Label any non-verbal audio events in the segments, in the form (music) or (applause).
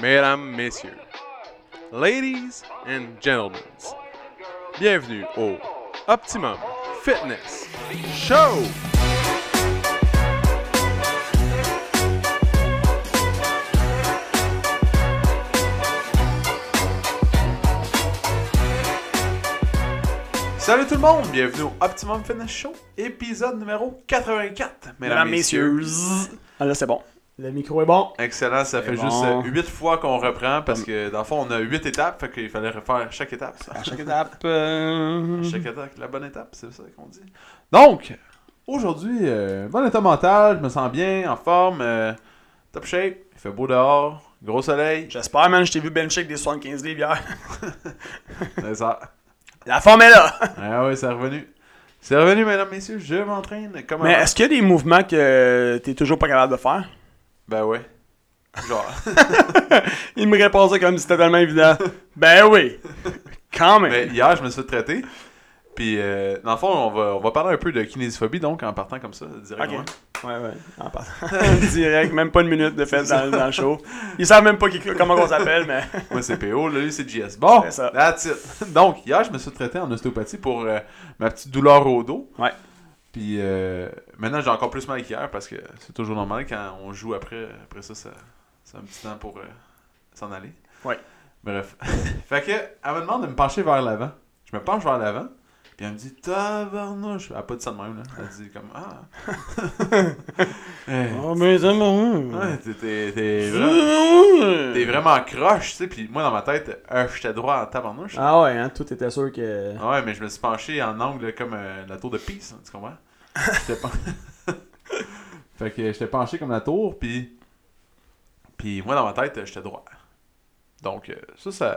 mesdames, messieurs, ladies and gentlemen, bienvenue au Optimum Fitness Show! Salut tout le monde, bienvenue au Optimum Fitness Show, épisode numéro 84, mesdames, messieurs. Ah là, c'est bon. Le micro est bon. Excellent, ça fait C'est juste bon. 8 fois qu'on reprend parce que dans le fond on a 8 étapes, fait qu'il fallait refaire chaque étape. À chaque étape. (laughs) euh, Chaque étape, la bonne étape, c'est ça qu'on dit. Donc, aujourd'hui, euh, bon état mental, je me sens bien, en forme, euh, top shape, il fait beau dehors, gros soleil, (laughs) J'espère, man, je t'ai vu bencher avec des 75 livres hier. (laughs) c'est ça. La forme est là! Ah oui, c'est revenu. C'est revenu, mesdames, messieurs, je m'entraîne comme Mais avant. est-ce qu'il y a des mouvements que t'es toujours pas capable de faire? Ben ouais. (laughs) Genre, Il me répond ça comme si c'était tellement (laughs) évident. ben oui! Quand même! mais hier, je me suis traité. Puis, euh, dans le fond, on va, on va parler un peu de kinésiophobie, donc, en partant comme ça, directement. Ok. Ouais, ouais, (laughs) en passant. Direct, même pas une minute de fait dans, dans le show. Ils savent même pas qui- comment on s'appelle, (laughs) mais. Moi, c'est PO, là, lui, c'est JS. Bon, C'est ça. that's it. (laughs) Donc, hier, je me suis traité en ostéopathie pour euh, ma petite douleur au dos. Ouais. Puis euh, maintenant, j'ai encore plus mal qu'hier parce que c'est toujours normal quand on joue après. Après ça, ça, c'est un petit temps pour euh, s'en aller. Ouais. Bref. (laughs) fait que, elle me demande de me pencher vers l'avant. Je me penche vers l'avant. Puis elle me dit, tabarnouche. Elle a pas dit ça de même, là. Elle dit comme, ah. (laughs) Eh, mais c'est ouais, t'es- t'es t'es Mmh. vraiment- t'es vrai. vraiment croche, tu sais. Puis moi, dans ma tête, euh, j'étais droit en tabarnouche. Ah ouais, hein, tout était sûr que. Ah Ouais, mais je me suis penché en angle comme euh, la tour de Pise, hein, tu (laughs) comprends? J'étais pen- (laughs) fait que j'étais penché comme la tour, puis puis moi dans ma tête, euh, j'étais droit. Donc euh, ça, ça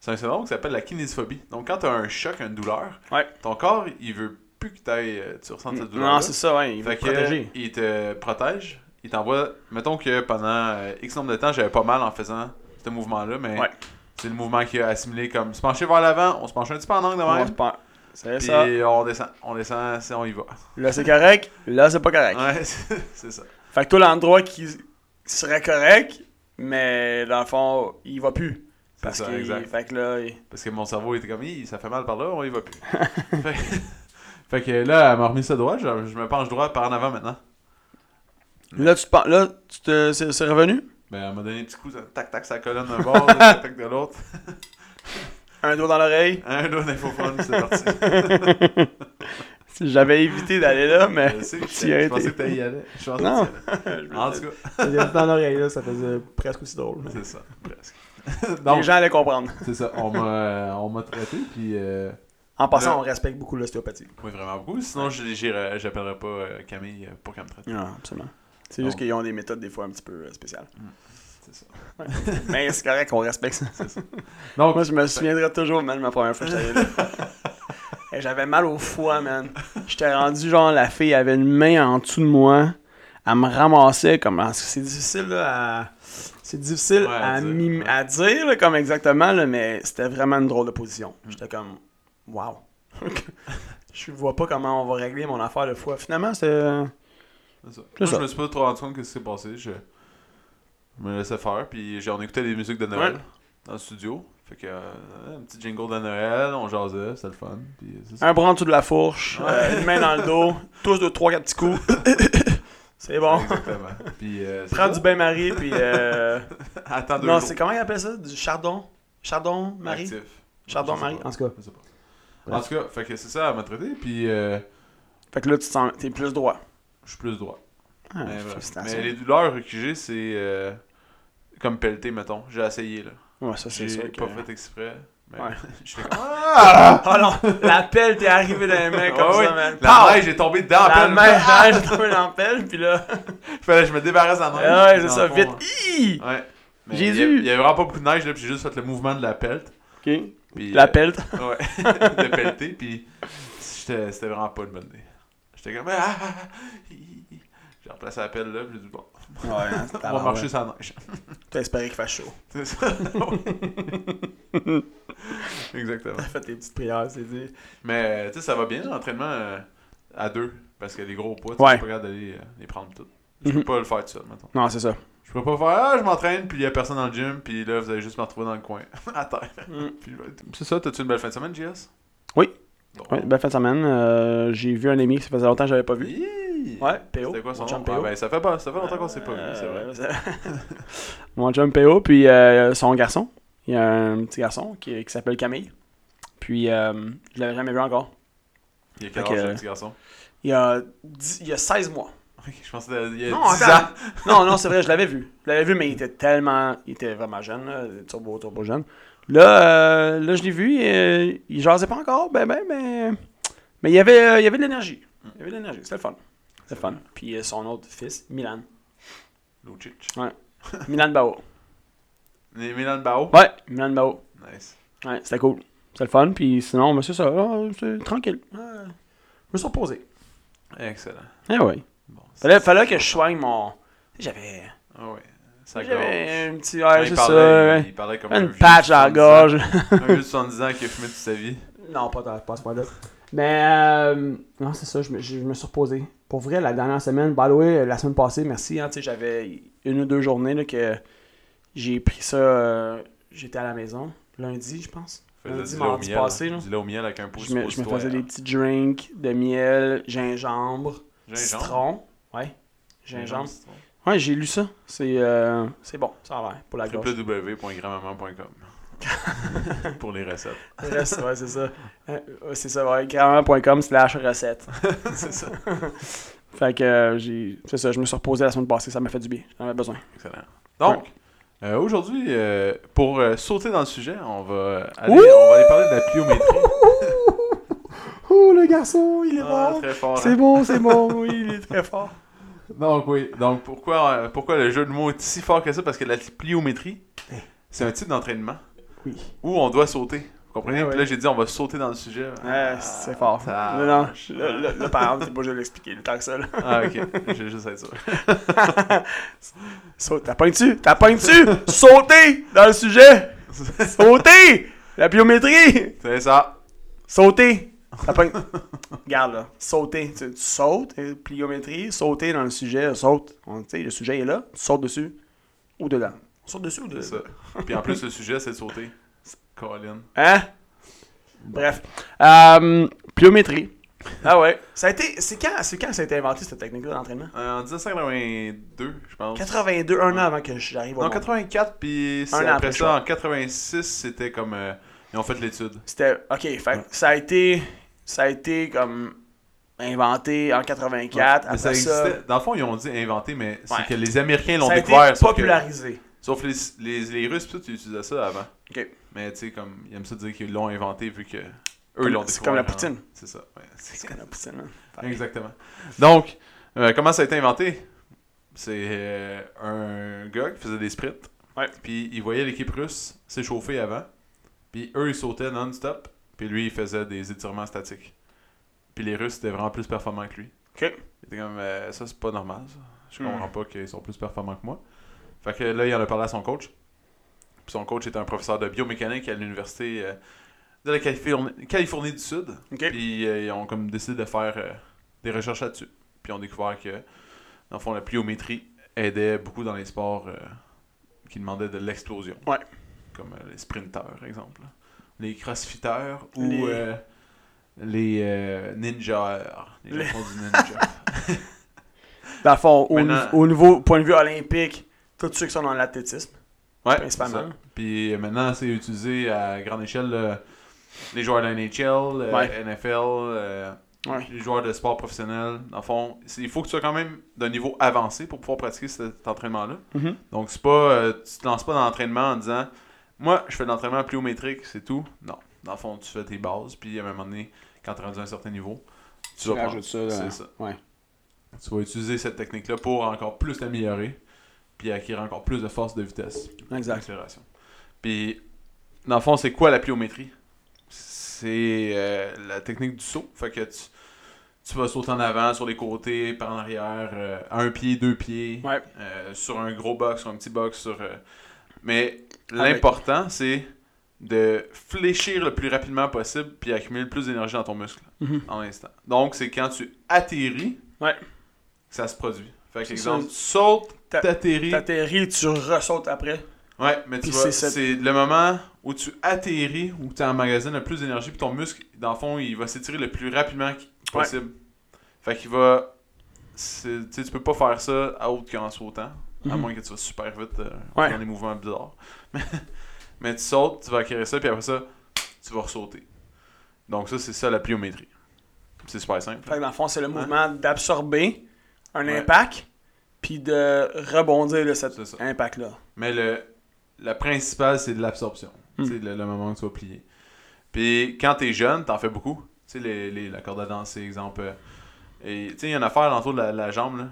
c'est un syndrome qui s'appelle la kinésiophobie. Donc quand t'as un choc, une douleur, Ouais. Mm. ton corps, il veut plus que t'ailles, euh, tu ressentes cette douleur Non, c'est ça, ouais. Il va fait te que, protéger. il te protège, il t'envoie. Mettons que pendant euh, X nombre de temps, j'avais pas mal en faisant ce mouvement-là, mais Ouais. c'est le mouvement qui a assimilé comme se pencher vers l'avant, on se penche un petit peu en angle de On même, se perd. C'est puis ça. on descend, on descend, c'est- on y va. Là, c'est correct. Là, c'est pas correct. Ouais, (laughs) c'est c'est ça. Fait que toi, l'endroit qui serait correct, mais dans le fond, il va plus. C'est Parce ça, que, exact. fait que là, il- Parce que mon cerveau était comme, Hi, ça fait mal par là, on y (laughs) va plus. fait, fait que là, elle m'a remis ça droit, je, je me penche droit par en avant maintenant. là, tu te, pen- là, tu te, c'est, c'est revenu. Ben, elle m'a donné un petit coup, ça- tac tac, sa colonne d'un (laughs) bord, tac tac de l'autre. Un doigt dans l'oreille. Un doigt d'infophone, puis c'est parti. Si J'avais évité d'aller là, mais Je sais, tu y as je pensais été. que t'allais y aller. Je pensais Non. que t'y (laughs) allais. En tout cas, (laughs) Il était dans l'oreille, là, ça faisait presque aussi drôle. c'est ça, (laughs) presque. les Donc, gens allaient comprendre. c'est ça, on m'a, euh, on m'a traité, puis... euh, En Passant, passant, on respecte beaucoup l'ostéopathie. Oui, vraiment beaucoup. Sinon, je- j'irai- j'appellerai pas euh, Camille euh, pour qu'elle me traite. on... Non, absolument. C'est Non. juste qu'ils ont des méthodes des fois un petit peu euh, spéciales. C'est ça. mais c'est correct qu'on respecte ça. (laughs) Donc, Moi, je me souviendrai toujours, man, ma première fois (laughs) que j'étais allé là. Et j'avais mal au foie, man. J'étais rendu, genre, la fille avait une main en dessous de moi. Elle me ramassait comme. ah, C'est difficile, là, à. C'est difficile Ouais, à à, dire, mim- ouais. à dire, là, comme exactement, là, mais c'était vraiment une drôle de position. Mm. J'étais comme. Waouh! (laughs) Je vois pas comment on va régler mon affaire de foie. Finalement, c'est. c'est ça. C'est Moi, ça. je me suis pas trop rendu compte de ce qui s'est passé. Je... je me laissais faire, puis j'ai- on écoutait des musiques de Noël Ouais. dans le studio. Fait que, euh, un petit jingle de Noël, on jasait, c'était le fun. Puis, c'est ça. Un bras en dessous de la fourche, euh, une main dans le dos, tous deux, trois, quatre petits coups. (laughs) c'est bon. Exactement. Puis, euh, c'est Prends ça. du bain-marie, puis. euh, Attends deux Non, jours. c'est comment il appelle ça Du chardon Chardon Marie Actif. Chardon Je sais Marie, pas. En tout cas, Je sais pas. En tout cas, fait que c'est ça, elle m'a traité, puis euh, Fait que là, tu te sens, t'es plus droit. je suis plus droit. Ah, mais, voilà. félicitations. Mais les douleurs que j'ai, c'est euh, comme pelleté, mettons. J'ai essayé, là. Ouais, ça, J'ai c'est sûr. pas que- fait exprès. Mais Ouais. (laughs) j'étais comme, Ah! Oh non, la pelle, t'es arrivé dans les mains comme Ah oui, ça, man. La Pow! neige est tombée dedans. La pelle. main, la neige, j'ai tombé dans la pelle, puis là. Fallait que je me débarrasse de la neige. Ah ouais, Dans c'est le ça, fond, vite. hein. Hi! Ouais. Mais Il Jésus! y a- il y, avait vraiment pas beaucoup de neige, là, puis j'ai juste fait le mouvement de la pelle. Ok. Puis, La euh, pelle. Ouais, (laughs) de pelleter, puis j'étais- c'était vraiment pas une bonne idée. J'étais comme, ah, ah, ah, hi, hi. J'ai replacé la pelle là, puis j'ai dit, bon, Ouais, on va marcher sans neige. T'as espéré qu'il fasse chaud. C'est ça. (laughs) Exactement. t'as fait tes petites prières, c'est dit. Mais, euh, tu sais, ça va bien l'entraînement euh, à deux, parce que les gros poids, tu Ouais. es pas capable d'aller euh, les prendre toutes. Je peux Mhm. pas le faire tout seul, mettons. Non, c'est ça. Je peux pas faire, ah, je m'entraîne, puis il y a personne dans le gym, puis là, vous allez juste me retrouver dans le coin, (laughs) à terre. Mm. Puis, ouais, c'est ça, t'as-tu une belle fin de semaine, JS? Oui. Bon. Ouais, ben belle fin de semaine. Euh, j'ai vu un ami que ça faisait longtemps que j'avais pas vu. Hi! Ouais, PO. C'était quoi son Mon nom? chum Ah, PO. ben, ça fait, pas, ça fait longtemps qu'on s'est pas vu, c'est vrai. Euh, (laughs) Mon chum PO, puis euh, son garçon. Il y a un petit garçon qui, qui s'appelle Camille. Puis euh, je l'avais jamais vu encore. Il y a quel Ok. euh, âge, le petit garçon? (laughs) Il y a, dix- il y a 16 mois. Ok, je pense qu'il y a Non, 10 ans. attends. Non, non, c'est vrai, je l'avais vu. Je l'avais vu, mais il était tellement. Il était vraiment jeune, là, turbo, turbo jeune. Là, euh, là je l'ai vu, euh, il jasait pas encore, ben, ben, mais. Mais il y avait, euh, il y avait de l'énergie. Il y avait de l'énergie, c'était le fun. C'était le fun. Puis euh, son autre fils, (laughs) Milan. Lucic. Milan Bao. Et Milan Bao. Ouais, Milan Bao. Nice. Ouais, c'était cool. C'était le fun, puis sinon, ben, c'est ça, là, c'est tranquille. Euh, je me suis reposé. Excellent. Eh oui. Bon, c'est- Fallait, fallait que je soigne mon. J'avais. Ah ouais. Ça J'avais un petit. Quand Ouais, il, c'est parlait, euh, ça. il parlait comme un Une vieux patch à 70 ans. la gorge. Un vieux de 70 ans qui a fumé toute sa (laughs) vie. Non, pas, tant- pas à ce point-là. Mais euh, non, c'est ça, je me, je, je me suis reposé. Pour vrai, la dernière semaine, by the way, la semaine passée, merci. Puis, hein, tu sais, j'avais une ou deux journées là, que j'ai pris ça. euh, J'étais à la maison lundi, je pense. Faisait Lundi, du lait au mardi miel. passé, là. Du lait au miel avec un pouce Je me, je me faisais hein. des petits drinks de miel, gingembre, Gingembre. citron. Ouais, gingembre. citron. Ouais, j'ai lu ça. C'est euh, c'est bon, ça a l'air pour la gorge. www.grandmaman.com (laughs) (laughs) Pour les recettes. Le reste, ouais, c'est ça. (laughs) Euh, euh, c'est ça, ouais. Grammaire.com slash recette. (laughs) C'est ça. (laughs) Fait que euh, j'ai. C'est ça, je me suis reposé la semaine passée, ça m'a fait du bien. J'en (laughs) avais besoin. Excellent. Donc, euh, aujourd'hui, euh, pour euh, sauter dans le sujet, on va aller, Ouh! on va aller parler de la (laughs) pliométrie. Oh, le garçon, il est Ah, mort. très fort. hein. C'est bon, c'est bon, oui, il est très (laughs) fort. (laughs) Donc oui, donc pourquoi, euh, pourquoi le jeu de mots est si fort que ça? Parce que la pliométrie, Eh. c'est un type d'entraînement Oui. où on doit sauter. Vous comprenez? Ouais, Puis ouais. là, j'ai dit on va sauter dans le sujet. Ouais, c'est fort. Ah, ça- Non, non, je- là, là, là, par exemple, t'es pas obligé de l'expliquer, le temps que ça, là. Ah, (laughs) ok. J'ai juste à être sûr. Saute, t'appoignes-tu? (laughs) T'appoignes-tu? Sauter dans le sujet! Sauter! La biométrie! C'est ça. Sauter! T'appoignes... (laughs) Regarde, là. Sauter. Tu, tu sautes, euh, pliométrie, sauter dans le sujet, euh, saute. On- Tu sais, le sujet est là, tu sautes dessus ou dedans. On saute dessus ou C'est ça. dedans? Puis en plus, le sujet, c'est de sauter. Colin. Hein? Bref. Euh, pliométrie. Ah ouais. Ça a été... C'est quand, c'est quand ça a été inventé, cette technique-là d'entraînement? Euh, en 1982, je pense. 82, un an avant que j'arrive au Non, monde. 84, puis c'est Un après, an après, je ça, en 86, c'était comme. euh, ils ont fait l'étude. C'était. Ok, fait que ça a été. Ça a été comme. Inventé en 84. Mais après ça ça. existait. Dans le fond, ils ont dit inventer, mais c'est Ouais. que les Américains l'ont ça a découvert. été sauf que- popularisé. Sauf les, les, les Russes, pis tout, ils utilisaient ça avant. Ok. Mais tu sais, comme, ils aiment ça dire qu'ils l'ont inventé vu que. Eux, l'ont Comme- découvert. c'est comme la en- poutine. C'est ça, ouais. C'est- C'est comme la poutine, hein. Pareil. Exactement. Donc, euh, comment ça a été inventé C'est euh, un gars qui faisait des sprints. Ouais. Puis il voyait l'équipe russe s'échauffer avant. Puis eux, ils sautaient non-stop. Puis lui, il faisait des étirements statiques. Puis les Russes étaient vraiment plus performants que lui. Ok. Il était comme, euh, ça, c'est pas normal. ça. Je Hmm. comprends pas qu'ils sont plus performants que moi. Fait que là, il en a parlé à son coach. Puis son coach était un professeur de biomécanique à l'université euh, de la Californie, Californie du Sud. Ok. Puis euh, ils ont comme décidé de faire euh, des recherches là-dessus. Puis ils ont découvert que, dans le fond, la pliométrie aidait beaucoup dans les sports euh, qui demandaient de l'explosion. Ouais. Comme euh, les sprinteurs, exemple. Les crossfitteurs ou Les- euh, les euh, ninjeurs. Les, Les- gens qui font du (laughs) ninja. Dans le fond, au, Maintenant- au niveau point de vue olympique, tous ceux qui sont dans l'athlétisme. Ouais, Principalement. c'est ça. Puis euh, maintenant, c'est utilisé à grande échelle. là, les joueurs de la NHL, euh, Ouais. NFL, euh, Ouais. les joueurs de sport professionnel. Dans le fond, c'est- il faut que tu sois quand même d'un niveau avancé pour pouvoir pratiquer cet entraînement-là. Mhm. Donc, c'est pas, euh, tu te lances pas dans l'entraînement en disant Moi, je fais de l'entraînement pliométrique, c'est tout. Non. Dans le fond, tu fais tes bases, puis à un moment donné, quand tu es rendu à un certain niveau, tu, vas prendre. ça, là. C'est ça. Ouais. Tu vas utiliser cette technique-là pour encore plus t'améliorer, puis acquérir encore plus de force de vitesse. Exact. Accélération. Puis, dans le fond, c'est quoi la pliométrie? C'est euh, la technique du saut. Fait que tu, tu vas sauter en avant, sur les côtés, par en arrière, euh, à un pied, deux pieds, Ouais. euh, sur un gros box, sur un petit box. Sur, euh, Mais Avec. l'important, c'est de fléchir le plus rapidement possible puis accumuler le plus d'énergie dans ton muscle Mhm. en instant. Donc, c'est quand tu atterris Ouais. que ça se produit. Fait que, C'est exemple, ça. tu sautes, T'a- t'atterris. T'atterris, tu ressautes après. Ouais, mais tu Puis vois, c'est cette- c'est le moment où tu atterris, où tu emmagasines le plus d'énergie, puis ton muscle, dans le fond, il va s'étirer le plus rapidement qu- Ouais. possible. Fait qu'il va. c'est- Tu sais, tu peux pas faire ça à autre qu'en sautant, à Mhm. moins que tu vas super vite euh, Ouais. dans des mouvements bizarres. (laughs) Mais, mais tu sautes, tu vas acquérir ça, puis après ça, tu vas ressauter. Donc, ça, c'est ça la pliométrie. C'est super simple. Fait que dans le fond, c'est le Ouais. mouvement d'absorber un Ouais. impact, puis de rebondir de cet C'est ça. impact-là. Mais le, la principale, c'est de l'absorption. Hmm. C'est le, le moment où tu vas plier. Puis quand t'es jeune, t'en fais beaucoup. Tu sais, les, les, la corde à danser, exemple. euh, Et tu sais, il y a une affaire autour de la, la jambe, là.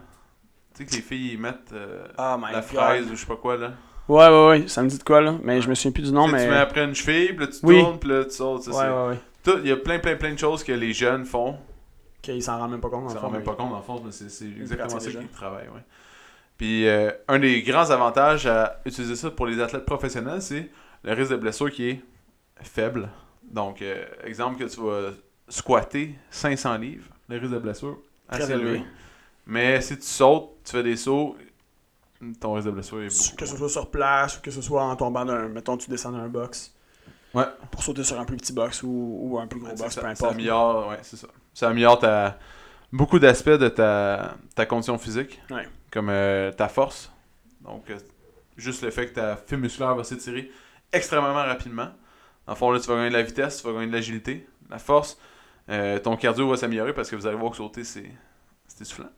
Tu sais, que les filles, ils mettent euh, Oh my la god. fraise ou je sais pas quoi, là. Ouais, ouais, ouais, ça me dit de quoi, là? Mais je me souviens plus du nom, Tu sais, Tu mets mais. après une cheville, puis là, tu Oui. tournes, puis là, tu sautes. ça, Ouais, c'est- ouais, ouais. tout- Il y a plein, plein, plein de choses que les jeunes font Ok, il s'en rend même pas compte. dans Ça le s'en fond, rend même mais- pas compte, en France, mais c'est- c'est exactement pratique ça déjà. qu'ils travaillent. Ouais. Puis, euh, un des grands avantages à utiliser ça pour les athlètes professionnels, c'est le risque de blessure qui est faible. Donc, euh, exemple que tu vas squatter 500 livres, le risque de blessure Très assez élevé. élevé. Mais si tu sautes, tu fais des sauts, ton risque de blessure est beaucoup. Que ce soit sur place ou que ce soit en tombant d'un. Mettons, tu descends d'un box. Ouais. Pour sauter sur un plus petit box ou, ou un plus gros Ouais, box, ça, peu ça importe. améliore, ouais, c'est ça. Ça améliore ta- beaucoup d'aspects de ta, ta condition physique, Ouais. comme euh, ta force. Donc, euh, juste le fait que ta fibre musculaire va s'étirer extrêmement rapidement. En fond, là, tu vas gagner de la vitesse, tu vas gagner de l'agilité, de la force. Euh, ton cardio va s'améliorer parce que vous allez voir que sauter, c'est c'est essoufflant.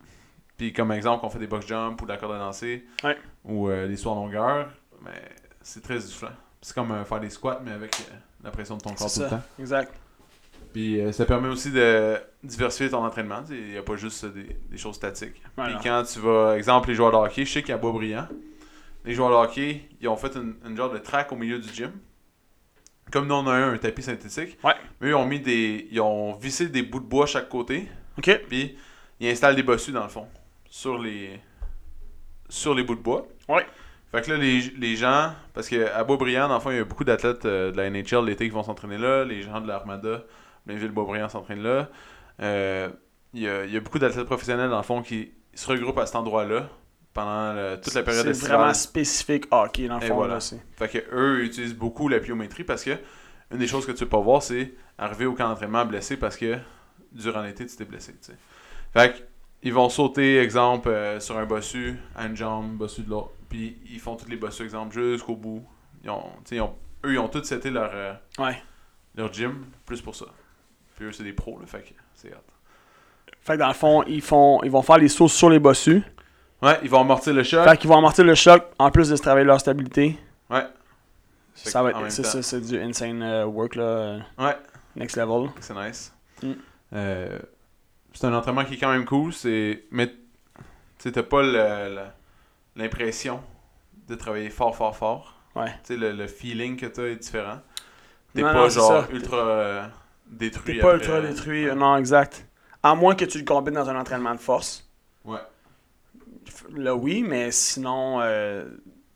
Puis, comme exemple, qu'on fait des box jumps ou de la corde à danser Ouais. ou euh, des sauts en longueur, mais c'est très essoufflant. C'est comme euh, faire des squats, mais avec euh, la pression de ton corps tout C'est le temps. ça. Exact. Puis euh, ça permet aussi de diversifier ton entraînement. Il n'y a pas juste euh, des, des choses statiques. Voilà. Puis quand tu vas, exemple, les joueurs de hockey, je sais qu'à Boisbriand, les joueurs de hockey, ils ont fait une, une genre de track au milieu du gym. Comme nous, on a un, un tapis synthétique. Ouais. Mais eux, ils ont mis des. Ils ont vissé des bouts de bois à chaque côté. Ok. Puis ils installent des bossus dans le fond. Sur les. Sur les bouts de bois. Ouais. Fait que là, les, les gens. Parce qu'à Beaubriand, dans le fond, il y a beaucoup d'athlètes euh, de la NHL l'été qui vont s'entraîner là. Les gens de l'Armada, Blainville-Beaubriand s'entraînent là. Euh, Il y, a, il y a beaucoup d'athlètes professionnels, dans le fond, qui se regroupent à cet endroit-là pendant le- toute la période C'est estivale. vraiment spécifique hockey, dans le Et fond. voilà. là, c'est- Fait que eux ils utilisent beaucoup la pliométrie parce que une des choses que tu peux pas voir, c'est arriver au camp d'entraînement blessé parce que durant l'été, tu t'es blessé. tu sais. Fait que ils vont sauter, exemple, euh, sur un bossu, à une jambe, bossu de l'autre. Puis ils font tous les bossus, exemple, jusqu'au bout. Ils ont, tu sais, ils ont- eux, ils ont tous seté leur, euh, Ouais. leur gym, plus pour ça. Puis eux, c'est des pros, là, fait que c'est hâte. Fait que dans le fond, ils, font, ils vont faire les sauts sur les bossus. Ouais, ils vont amortir le choc. Fait qu'ils vont amortir le choc en plus de se travailler leur stabilité. Ouais. Ça va En même être, c'est, temps. ça, c'est du insane euh, work là. euh, Ouais. Next level. C'est nice. Mm. Euh, c'est un entraînement qui est quand même cool, c'est mais tu sais, t'as pas le- le- l'impression de travailler fort fort fort. Ouais. Tu sais, le, le feeling que t'as est différent. T'es Non, pas non, c'est genre ça. ultra euh, détruit. T'es pas après- ultra détruit. Ouais. euh, Non, exact. À moins que tu le combines dans un entraînement de force. Ouais. F- Là, oui, mais sinon, euh,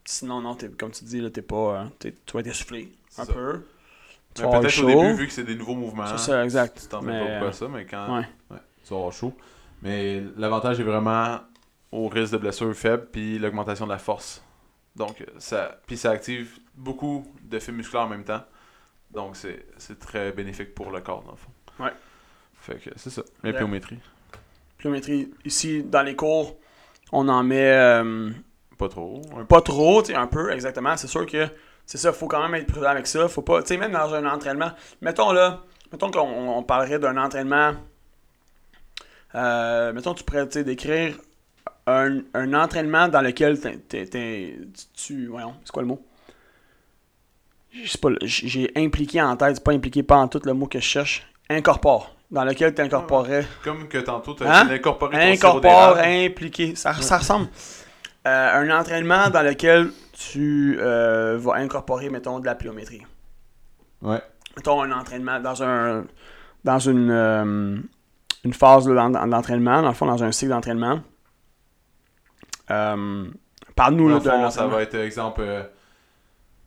sinon non, t'es- comme tu dis, là, t'es pas. euh, t'es- tu vas être essoufflé C'est un ça. peu. Mais Tu vas avoir peut-être au chaud. début, vu que c'est des nouveaux mouvements, C'est ça, exact. tu t'en fais Mais, pas beaucoup euh, à ça, mais quand ouais. ouais, tu vas avoir chaud. Mais l'avantage est vraiment au risque de blessure faible puis l'augmentation de la force. Donc euh, ça puis ça active beaucoup de fibres musculaires en même temps. Donc c'est c'est très bénéfique pour le corps dans le fond. Ouais. Fait que c'est ça, la Ouais. pliométrie. Pliométrie. Ici, dans les cours, on en met. euh, Pas trop, un peu. pas trop, tu sais, un peu, exactement. C'est sûr que, c'est ça, faut quand même être prudent avec ça. Faut pas, tu sais, même dans un entraînement, mettons là, mettons qu'on on parlerait d'un entraînement, euh, mettons tu pourrais, tu sais, décrire un, un entraînement dans lequel t'in- t'in- t'in- tu, tu- voyons, c'est quoi le mot? Je sais pas, le- j- j'ai impliqué en tête, c'est pas impliqué pas en tout le mot que je cherche, incorpore, dans lequel tu incorporerais Comme que tantôt tu Hein? as incorporé ton sirop Incorpore, hein? d'érable. impliqué. Ça, ça ressemble. Euh, un entraînement dans lequel tu euh, vas incorporer, mettons, de la pliométrie. Ouais. Mettons un entraînement dans un dans une, euh, une phase là, d'en- d'entraînement, dans le fond, dans un cycle d'entraînement. Euh, Parle-nous Dans là, le d'un fond, ça entraînement. va être exemple euh,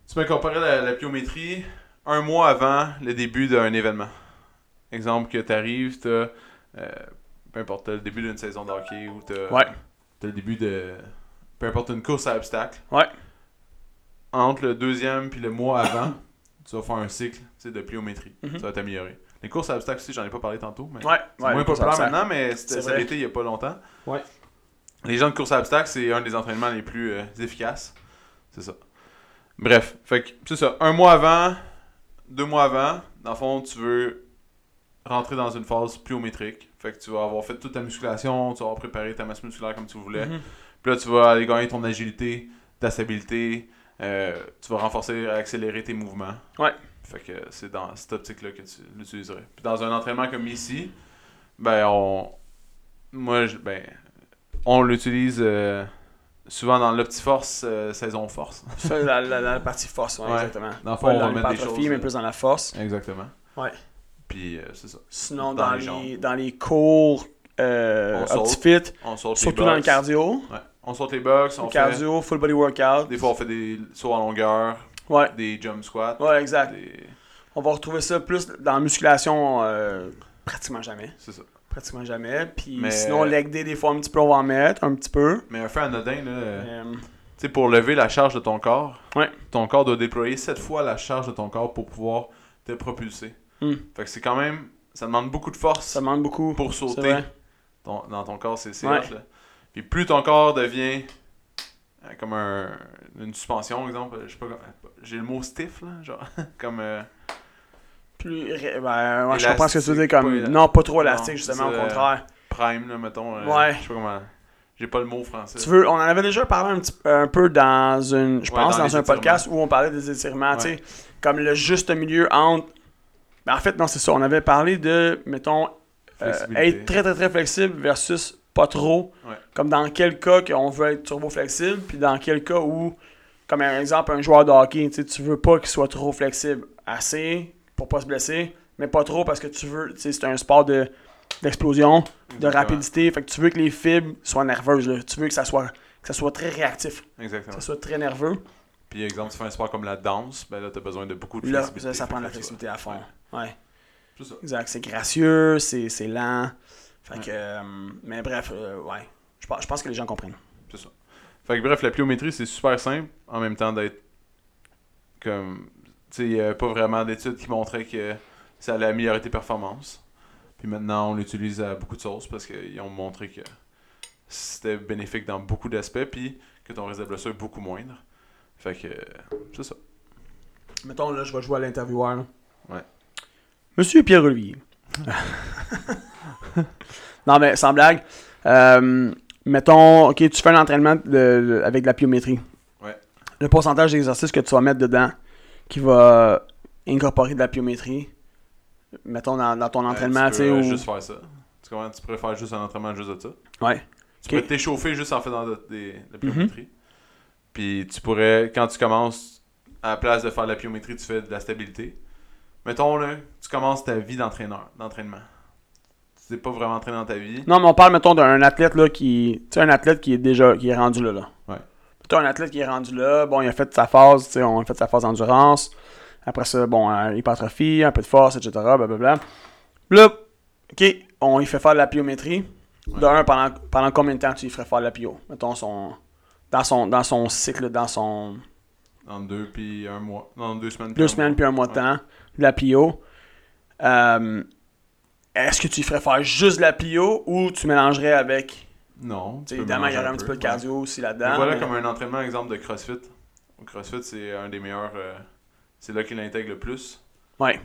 tu peux incorporer la, la pliométrie un mois avant le début d'un événement. euh, Exemple que tu arrives, tu peu importe, t'as le début d'une saison de hockey ou tu Ouais. T'as le début de. Peu importe une course à obstacles. Ouais. Entre le deuxième puis le mois avant, tu vas faire un cycle tu sais, de pliométrie. Mhm. Ça va t'améliorer. Les courses à obstacles aussi, j'en ai pas parlé tantôt, mais. Ouais, ouais. C'est moins populaire ça- maintenant, mais c'était C'est ça vrai. l'était il y a pas longtemps. Ouais. Les gens de course à obstacles, c'est un des entraînements les plus euh, efficaces. C'est ça. Bref, fait que c'est ça. Un mois avant, deux mois avant, dans le fond, tu veux rentrer dans une phase pliométrique. Fait que tu vas avoir fait toute ta musculation, tu vas avoir préparé ta masse musculaire comme tu voulais. Mhm. Puis là, tu vas aller gagner ton agilité, ta stabilité. euh, tu vas renforcer, accélérer tes mouvements. Ouais. Fait que c'est dans cette optique-là que tu l'utiliserais. Puis dans un entraînement comme ici, ben on. Moi, je- ben. On l'utilise euh, souvent dans l'optiforce euh, saison force. (laughs) Ça, la, la, la partie force, ouais, Ouais. exactement. Dans le fond, Pas on va dans mettre des l'hypertrophie, choses, mais euh, plus dans la force. Exactement. Ouais. Puis euh, c'est ça. Sinon, Dans dans, les les, dans les cours euh, On saute. OptiFit, On saute surtout les dans le box. cardio. Ouais. On saute les box. On Le cardio, full body workout. Fait... Des fois, on fait des sauts en longueur, Ouais, des jump squats. ouais, exact. des- On va retrouver ça plus dans la musculation, euh, pratiquement jamais. C'est ça. Pratiquement jamais. Puis Mais- sinon, leg day, des fois, un petit peu, on va en mettre, un petit peu. Mais un fait anodin, là. euh, Euh, Tu sais, pour lever la charge de ton corps, Ouais. ton corps doit déployer 7 fois la charge de ton corps pour pouvoir te propulser. Hmm. Fait que c'est quand même. Ça demande beaucoup de force ça demande beaucoup. pour C'est sauter vrai. ton- dans ton corps. C'est c'est Ouais. hot, là. Puis plus ton corps devient euh, comme un- une suspension, par exemple. euh, Je sais pas comment- J'ai le mot stiff, là. Genre, (laughs) comme. euh, Plus, ré- ben, ouais, je Élastique, comprends ce que tu veux dire. Comme, pas éla- non, pas trop Non, élastique, justement, au c'est, euh, contraire. prime, là, mettons. euh, Ouais. Je sais pas comment. J'ai pas le mot français. Tu veux, on en avait déjà parlé un, petit, un peu dans une, je Ouais, pense, dans dans, les un étirements. podcast où on parlait des étirements, Ouais. tu sais, comme le juste milieu entre. Ben, en fait, non, c'est ça. On avait parlé de, mettons, euh, Flexibilité. être très très très flexible versus pas trop. Ouais. Comme dans quel cas qu'on veut être turbo flexible, puis dans quel cas où, comme un exemple, un joueur de hockey, tu sais, tu veux pas qu'il soit trop flexible, assez pour pas se blesser, mais pas trop parce que tu veux, tu sais, c'est un sport de d'explosion de Exactement. rapidité. Fait que tu veux que les fibres soient nerveuses. là. Tu veux que ça soit, que ça soit très réactif, que Exactement. ça soit très nerveux. Puis, exemple, tu fais un sport comme la danse, ben là, t'as besoin de beaucoup de Là, flexibilité. ça, ça Fait prend que de la tu vois. flexibilité à fond. Ouais, C'est ça. exact. C'est gracieux, c'est c'est lent. Fait Ouais. que, euh, mais bref, euh, ouais. Je pense, je pense que les gens comprennent. Fait que bref, la pliométrie, c'est super simple en même temps d'être comme. Tu sais, il n'y avait pas vraiment d'études qui montraient que ça allait améliorer tes performances. Puis maintenant, on l'utilise à beaucoup de sources parce qu'ils ont montré que c'était bénéfique dans beaucoup d'aspects, puis que ton risque de blessure est beaucoup moindre. Fait que euh, c'est ça. Mettons, là, je vais jouer à l'intervieweur. là. Monsieur Pierre Olivier. (laughs) non, mais sans blague. euh, mettons, ok, tu fais un entraînement de- de- avec de la pliométrie. Ouais. Le pourcentage d'exercices que tu vas mettre dedans qui va incorporer de la pliométrie, mettons dans, dans ton entraînement, Euh, tu tu sais, peux euh, ou- juste faire ça. Tu comprends? Tu pourrais faire juste un entraînement juste de ça. Ouais. Tu Ok. Mhm. peux t'échauffer juste en faisant de, des- de la pliométrie. Puis tu pourrais, quand tu commences, à la place de faire de la pliométrie, tu fais de la stabilité. Mettons, là, tu commences ta vie d'entraîneur, d'entraînement. Tu t'es pas vraiment entraîné dans ta vie. Non, mais on parle, mettons, d'un athlète là qui. Tu sais, un athlète qui est déjà. qui est rendu là. là. Ouais. Mettons, un athlète qui est rendu là, bon, il a fait sa phase, tu sais, on a fait sa phase d'endurance. Après ça, bon, euh, hypertrophie, un peu de force, etc. Blablabla. Puis Là, OK, on lui fait faire de la pliométrie. Ouais. De un, pendant, pendant combien de temps tu lui ferais faire de la pio? Mettons son. Dans son, dans son cycle, dans son. Dans deux puis un mois. Dans deux semaines. puis Deux un semaines mois. puis un mois de temps, de la plio. Euh, Est-ce que tu lui ferais faire juste de la plio ou tu mélangerais avec Non. Tu sais, peux évidemment, il y mélanger aurait un petit peu de ouais. cardio aussi Mais là-dedans. voilà mais- comme un entraînement exemple de CrossFit. Au CrossFit, c'est un des meilleurs. euh, c'est là qu'il intègre le plus. Ouais.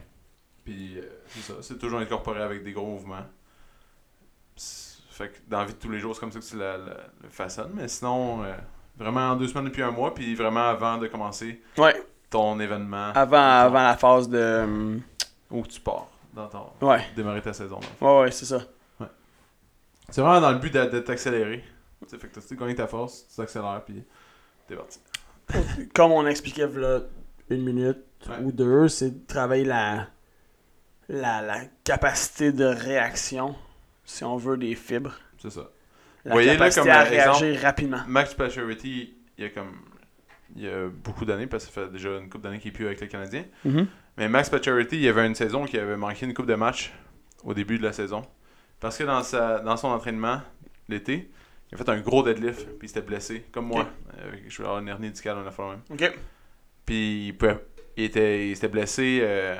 Puis euh, c'est ça, c'est toujours incorporé avec des gros mouvements. Pss, Fait que dans la vie de tous les jours, c'est comme ça que tu la, la- le façonnes. Mais sinon, euh, vraiment en deux semaines depuis un mois, puis vraiment avant de commencer Ouais, ton événement avant, avant la phase de. euh, où tu pars, dans ton, Ouais, démarrer ta saison. là. ouais, ouais, c'est ça. C'est vraiment dans le but de, de t'accélérer. Tu sais, Fait que tu gagnes ta force, tu t'accélères, puis t'es parti. Comme on expliquait, Give là, une minute Ouais. ou deux, c'est de travailler la. la, la capacité de réaction, si on veut, des fibres. C'est ça. La Voyez, là, capacité comme à un exemple- réagir rapidement. Max Pacioretty, il y a comme il y a beaucoup d'années parce que ça fait déjà une coupe d'années qu'il est plus avec le Canadien. Mais Max Pacioretty, il y avait une saison qui avait manqué une coupe de match au début de la saison parce que dans sa dans son entraînement l'été, Il a fait un gros deadlift, puis il s'était blessé, comme moi. Avec- je voulais avoir une hernie discale, on a fait la même. Ok. Puis il, pouvait- il était, il s'était blessé. euh,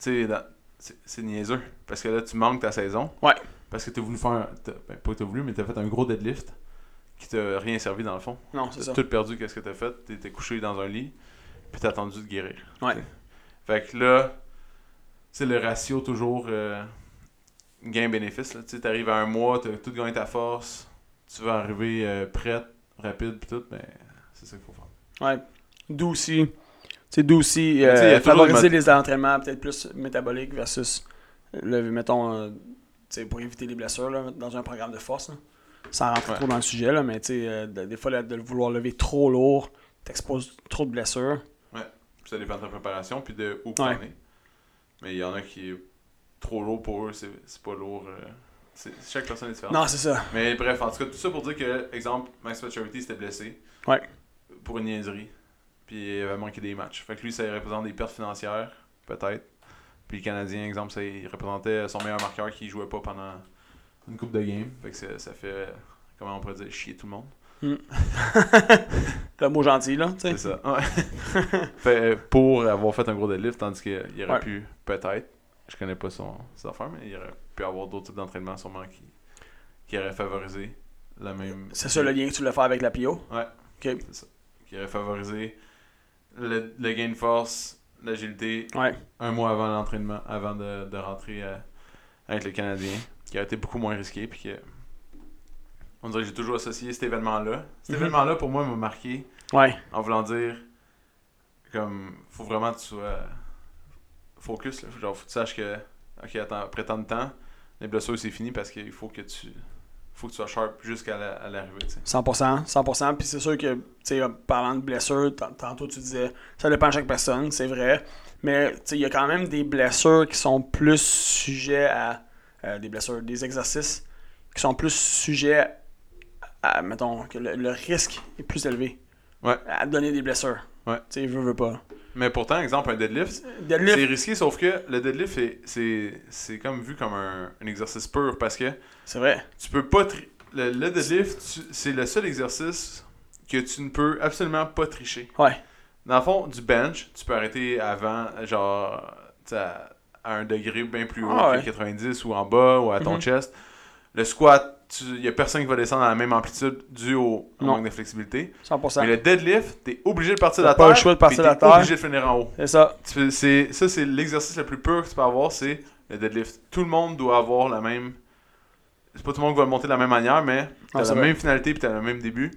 Tu sais, dans- c'est c'est niaiseux. Parce que là, tu manques ta saison. Ouais. Parce que tu as voulu faire. t'as- ben, pas que tu voulu, mais tu as fait un gros deadlift qui t'a rien servi dans le fond. Non, c'est Tu ça. tout perdu, qu'est-ce que tu as fait. Tu étais couché dans un lit, puis tu attendu de guérir. Ouais. Fait que là, c'est le ratio toujours euh, gain-bénéfice. là. Tu sais, t'arrives à un mois, t'as tout gagné ta force, tu vas arriver euh, prête, rapide, pis tout, mais c'est ça qu'il faut faire. Ouais. D'où aussi. Tu sais, d'où aussi Mais tu sais, il y euh, a toujours favoriser le les entraînements peut-être plus métaboliques versus le mettons euh, tu sais, pour éviter les blessures là, dans un programme de force. là. Sans rentrer Ouais. trop dans le sujet, là, mais tu sais, euh, de- des fois là, de le vouloir lever trop lourd, t'exposes trop de blessures. Puis ça dépend de ta préparation, puis de où t'en es. Mais il y en a qui est trop lourd pour eux, c'est c'est pas lourd. euh, c'est- chaque personne est différente. Non, c'est ça. Mais bref, en tout cas, tout ça pour dire que, exemple, Max Charity s'était blessé. Ouais. Pour une niaiserie. Puis il avait manqué des matchs. Fait que lui, ça représente des pertes financières, peut-être. Puis le Canadien, exemple, ça il représentait son meilleur marqueur qui jouait pas pendant une coupe de game. Fait que ça, ça fait, euh, comment on pourrait dire, chier tout le monde. Le mot gentil, là, tu sais. C'est ça. Ouais. (laughs) Fait, euh, pour avoir fait un gros deadlift, tandis qu'il aurait Ouais. pu, peut-être, je connais pas son, ses affaires, mais il aurait pu avoir d'autres types d'entraînement sûrement qui, qui auraient favorisé la même. C'est ça le lien que tu voulais faire avec la PIO. qui aurait favorisé le, le gain de force, l'agilité, Ouais. un mois avant l'entraînement, avant de, de rentrer euh, avec le Canadien, qui a été beaucoup moins risqué. Puis que, on dirait que j'ai toujours associé cet événement-là. Cet Mhm. événement-là, pour moi, m'a marqué Ouais. en voulant dire, comme, faut vraiment que tu sois focus. là. Genre, faut que tu saches que, ok, attends, après tant de temps, les blessures, c'est fini parce qu'il faut que tu faut que tu sois sharp jusqu'à la- à l'arrivée. tu sais. 100%, 100%. Puis c'est sûr que, tu sais, en parlant de blessures, tan- tantôt tu disais, ça dépend de chaque personne, c'est vrai. Mais, tu sais, il y a quand même des blessures qui sont plus sujets à. euh, des blessures, des exercices qui sont plus sujets à. mettons, que le, le risque est plus élevé. Ouais. À donner des blessures. Ouais. Tu sais, veux, veux pas. Mais pourtant, exemple, un deadlift, C'est Deadlift, risqué, sauf que le deadlift, c'est- c'est c'est comme vu comme un, un exercice pur parce que c'est vrai. tu peux pas. tri- Le, le deadlift, tu- c'est le seul exercice que tu ne peux absolument pas tricher. Ouais. Dans le fond, du bench, tu peux arrêter avant, genre, tu sais, à, à un degré bien plus haut Ah que ouais. 90 ou en bas ou à ton Mhm. chest. Le squat, il n'y a personne qui va descendre à la même amplitude dû au, au Non. manque de flexibilité. 100%. Mais le deadlift, t'es obligé de partir de T'as la pas terre. le choix de partir puis de la t'es terre. obligé de finir en haut. C'est ça. Tu fais- c'est ça c'est l'exercice le plus pur que tu peux avoir c'est le deadlift tout le monde doit avoir la même c'est pas tout le monde qui va le monter de la même manière mais Ah, t'as c'est la vrai. même finalité puis t'as le même début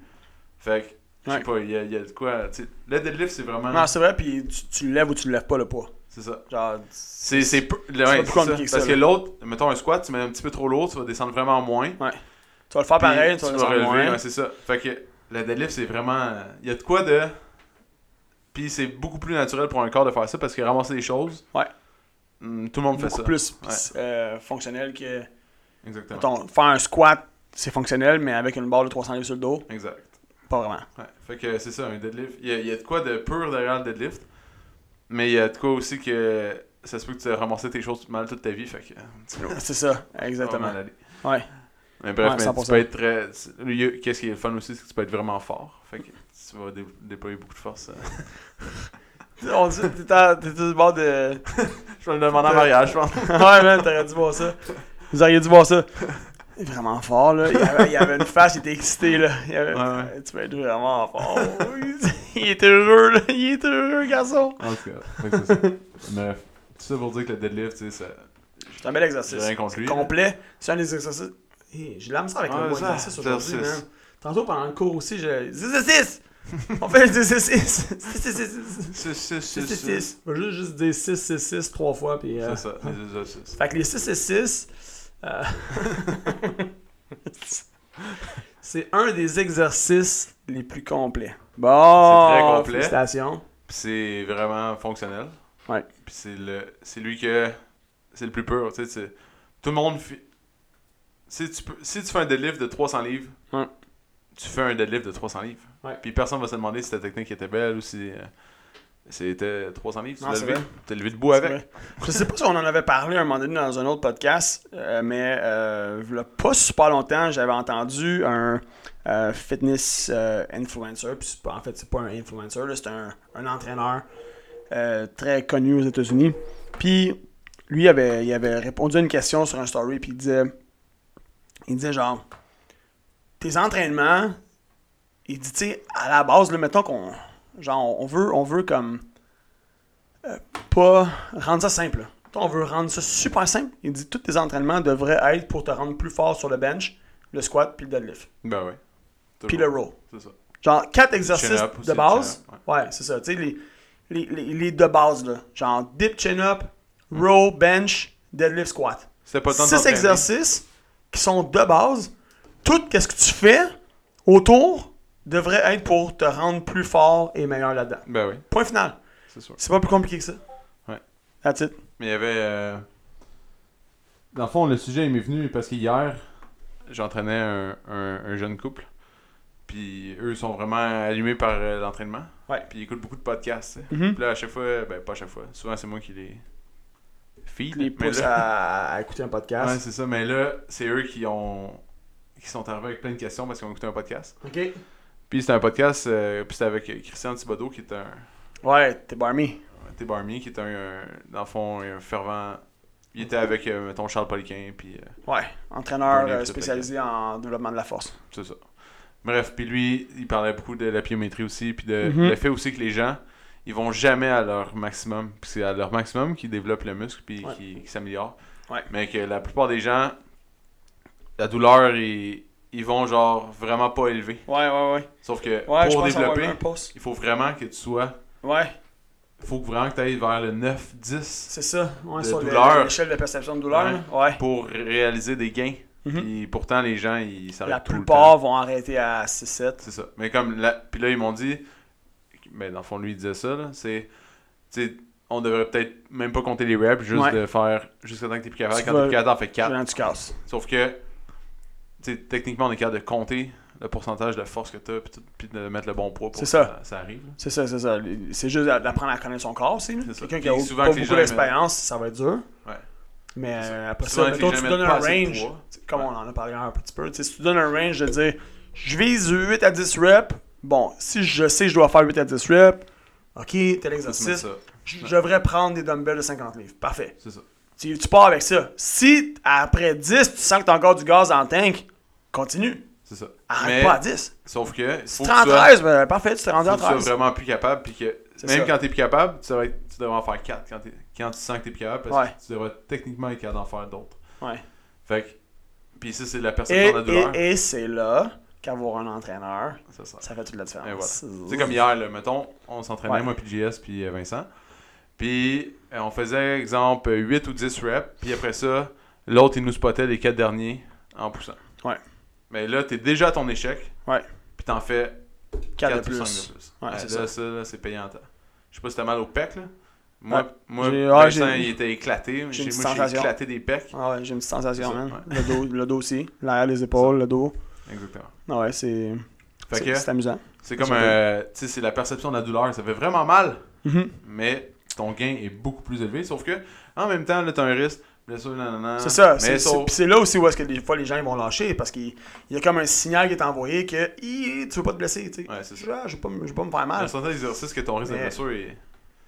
fait que je sais Ouais. pas il y, a- il y a de quoi tu sais, le deadlift c'est vraiment Non, c'est vrai, puis tu, tu le lèves ou tu le lèves pas le poids. c'est ça Genre, c'est c'est peu- le- pas ouais, plus c'est ça. compliqué que ça, parce que là. l'autre mettons un squat tu mets un petit peu trop lourd tu vas descendre vraiment moins tu vas le faire Puis pareil, tu vas le faire relever, moins. ouais, c'est ça. Fait que le deadlift, c'est vraiment. Il y a de quoi de. Puis c'est beaucoup plus naturel pour un corps de faire ça parce que ramasser des choses. Ouais. mm, tout le monde fait beaucoup ça. plus Ouais. euh, fonctionnel que Exactement. mettons, faire un squat c'est fonctionnel mais avec une barre de 300 livres sur le dos Exact. pas vraiment Ouais. Fait que c'est ça, un deadlift. Il y, a- il y a de quoi de pur derrière le deadlift. Mais il y a de quoi aussi que. Ça se peut que tu as ramassé tes choses mal toute ta vie. Fait que. (laughs) c'est ça exactement Pas mal aller. ouais Mais bref, Ouais, mais tu 100%. peux être très. le lieu- Qu'est-ce qui est le fun aussi, c'est que tu peux être vraiment fort. Fait que tu vas dé- déployer beaucoup de force. (laughs) euh. on dit t'es à- t'es sur le bord de Je vais le demander en mariage, je pense. (laughs) ouais man t'aurais dû voir ça vous auriez dû voir ça il est vraiment fort là il y avait, il y avait une face il était excité là Il y avait- Ouais, tu vas être vraiment fort (laughs) il est heureux là il est heureux garçon En tout cas, fait que c'est (laughs) ça. Bref, tout ça pour dire que le deadlift, tu sais, ça. c'est un bel J'ai exercice rien contre lui. complet c'est un des exercices Hey, j'ai de la misère avec Ouais, le mot Ah, ça, exercice aujourd'hui exercice. man. Tantôt pendant le cours aussi, je. 10 6 On fait 10 6 6 6 6 C'est c'est- 6 c'est- 6 c'est- 6 Je vais juste dire 6 6 6 trois fois. Puis, euh, C'est ça, les exercices. Fait que les 6 6 6 euh, (laughs) C'est un des exercices les plus complets. Bon, C'est très complet. Félicitations. Puis c'est vraiment fonctionnel. Ouais. Puis c'est le c'est lui que c'est le plus pur, tu sais, c'est- tout le monde fi- si tu peux- si tu fais un deadlift de 300 livres, Ouais. tu fais un deadlift de 300 livres. Ouais. Puis personne va se demander si ta technique était belle ou si euh, C'était 300 livres, tu Non, l'as c'est levé. vrai. T'as levé debout C'est avec. vrai. Je sais pas si on en avait parlé un moment donné dans un autre podcast, euh, mais euh, v'là pas super longtemps, j'avais entendu un euh, fitness euh, influencer. puis c'est pas- en fait, c'est pas un influencer, là, c'est un, un entraîneur euh, très connu aux États-Unis. Puis lui, avait, il avait répondu à une question sur un story, puis il disait, il disait genre, tes entraînements, il dit, tu sais, à la base, là, mettons qu'on genre, on veut, on veut comme pas rendre ça simple. là. On veut rendre ça super simple. Il dit tous tes entraînements devraient être pour te rendre plus fort sur le bench, le squat, puis le deadlift, Ben ouais. puis le Toujours. row. C'est ça. Genre quatre exercices Chin-up aussi, de base. chin-up, Ouais, c'est ça. Tu sais, les, les, les, les de base, là. Genre dip, chin-up, row, bench, deadlift, squat. C'était Hmm. pas le temps de Six t'entraîner. exercices qui sont de base. Tout ce que tu fais autour devrait être pour te rendre plus fort et meilleur là-dedans. Ben oui, Point final. c'est sûr. C'est pas plus compliqué que ça. Ouais. That's it. Mais il y avait. euh, Dans le fond, le sujet il m'est venu parce qu'hier, j'entraînais un, un- un jeune couple. Puis eux sont vraiment allumés par euh, l'entraînement. Ouais. Puis ils écoutent beaucoup de podcasts. tu sais. Mm-hmm. Mhm. Puis là, à chaque fois, ben pas à chaque fois. Souvent, c'est moi qui les feed. Les mais pousse là- à, à écouter un (laughs) Ouais, podcast. c'est ça. Mais là, c'est eux qui ont qui sont arrivés avec plein de questions parce qu'ils ont écouté un podcast. Ok. Puis c'était un podcast, euh, puis c'était avec euh, Christian Thibodeau qui est un Ouais, t'es barmy. T. Barmier, qui est un, un- dans le fond un fervent. Il était avec euh, mettons Charles Poliquin, puis euh, Ouais, entraîneur Premier euh, tout spécialisé en développement de la force. C'est ça. Bref, puis lui, il parlait beaucoup de la pliométrie aussi, puis de Mhm. le fait aussi que les gens, ils vont jamais à leur maximum. Puis c'est à leur maximum qu'ils développent le muscle, puis Ouais. qu'ils qu'ils s'améliorent. Ouais. Mais que la plupart des gens, la douleur, ils, ils vont genre vraiment pas élever. Ouais, ouais, ouais. Sauf que Ouais, je pour pense avoir développer, eu un post. il faut vraiment que tu sois. Ouais, Il faut vraiment que tu ailles vers le 9-10 c'est ça. Ouais, De sur le- douleur. l'échelle de perception de douleur. là. Ouais. pour réaliser des gains. Mhm. Puis pourtant, les gens, ils s'arrêtent La tout le temps. plupart vont arrêter à 6-7. C'est ça. Mais comme là, puis là ils m'ont dit, mais dans le fond lui il disait ça là, c'est, tu sais, on devrait peut-être même pas compter les reps, juste Ouais. de faire jusqu'à temps que t'es plus capable. Tu Quand vas- t'es plus capable, t'en fais 4. Quand tu casses. Sauf que, tu sais, techniquement on est capable de compter le pourcentage de force que t'as puis, tout- puis de mettre le bon poids pour C'est que ça. ça. ça arrive. là. C'est ça, c'est ça. Les- C'est juste d'apprendre à connaître son corps aussi. là. C'est ça. Quelqu'un qui Puis a souvent pas que les beaucoup gens d'expérience, ça va être dur. Ouais. Mais C'est ça. euh, après Souvent, ça, les mettons, gens tu mettent donnes pas un assez de range. poids. tu sais, Comme Ouais. on en a parlé un petit peu. tu sais, Si tu donnes un range de dire je vise 8 à 10 reps, bon, si je sais que je dois faire 8 à 10 reps, ok, tel Faut se mettre exercice, ça. Je je devrais prendre des dumbbells de 50 livres. Parfait. C'est ça. Tu, tu pars avec ça. Si après 10, tu sens que t'as encore du gaz dans le tank, continue. C'est ça. Arrête mais Ah, pas à 10. sauf que, il Si faut t'es que tu en sois, 13, ben, parfait, tu t'es rendu faut en que tu sois 13. vraiment plus capable, puis que C'est même ça. quand t'es plus capable, tu devrais, être- tu devrais en faire 4 quand, t'es- quand tu sens que t'es plus capable, parce Ouais. que tu devrais techniquement être capable d'en faire d'autres. Ouais. Fait que, pis ça, c'est la perception Et, de la douleur. et, et c'est là qu'avoir un entraîneur, Ça sert. ça fait toute la Et voilà. différence. C'est comme hier, là, mettons, on s'entraînait, Ouais. moi, puis JS, puis euh, Vincent. Puis euh, on faisait, exemple, 8 ou 10 reps, puis après ça, l'autre, il nous spottait les 4 derniers en poussant. Ouais. Mais là, t'es déjà à ton échec. Ouais. Puis t'en fais 4 de 4 ou 5 plus. de plus. Ouais, Ouais, c'est là, ça. ça, là, c'est payant en temps. Je sais pas si t'as mal au pec, là. Moi, Ouais. moi J'ai- ouais, Vincent, j'ai- il était éclaté. J'ai- une Moi, j'ai sensation. éclaté des pecs. Ah ouais, j'ai une petite sensation, C'est ça, man. Le, dos, le dos aussi, l'arrière des épaules, le dos. Exactement. Ah ouais, c'est Fait c'est- que, c'est amusant. c'est comme, c'est- euh, tu sais, c'est la perception de la douleur. Ça fait vraiment mal. Mhm. mais ton gain est beaucoup plus élevé. Sauf que, en même temps, là, t'as un risque, blessure, nanana. C'est ça. Ah. Mais C'est c'est- sauf- pis c'est là aussi où est-ce que des fois les gens ils vont lâcher parce qu'il il y a comme un signal qui est envoyé que Hi, tu veux pas te blesser, tu sais. Ouais, c'est ça. Ah, je veux pas, me- je veux pas me faire Il y a mal. certains exercices que ton risque de Mais- blessure est.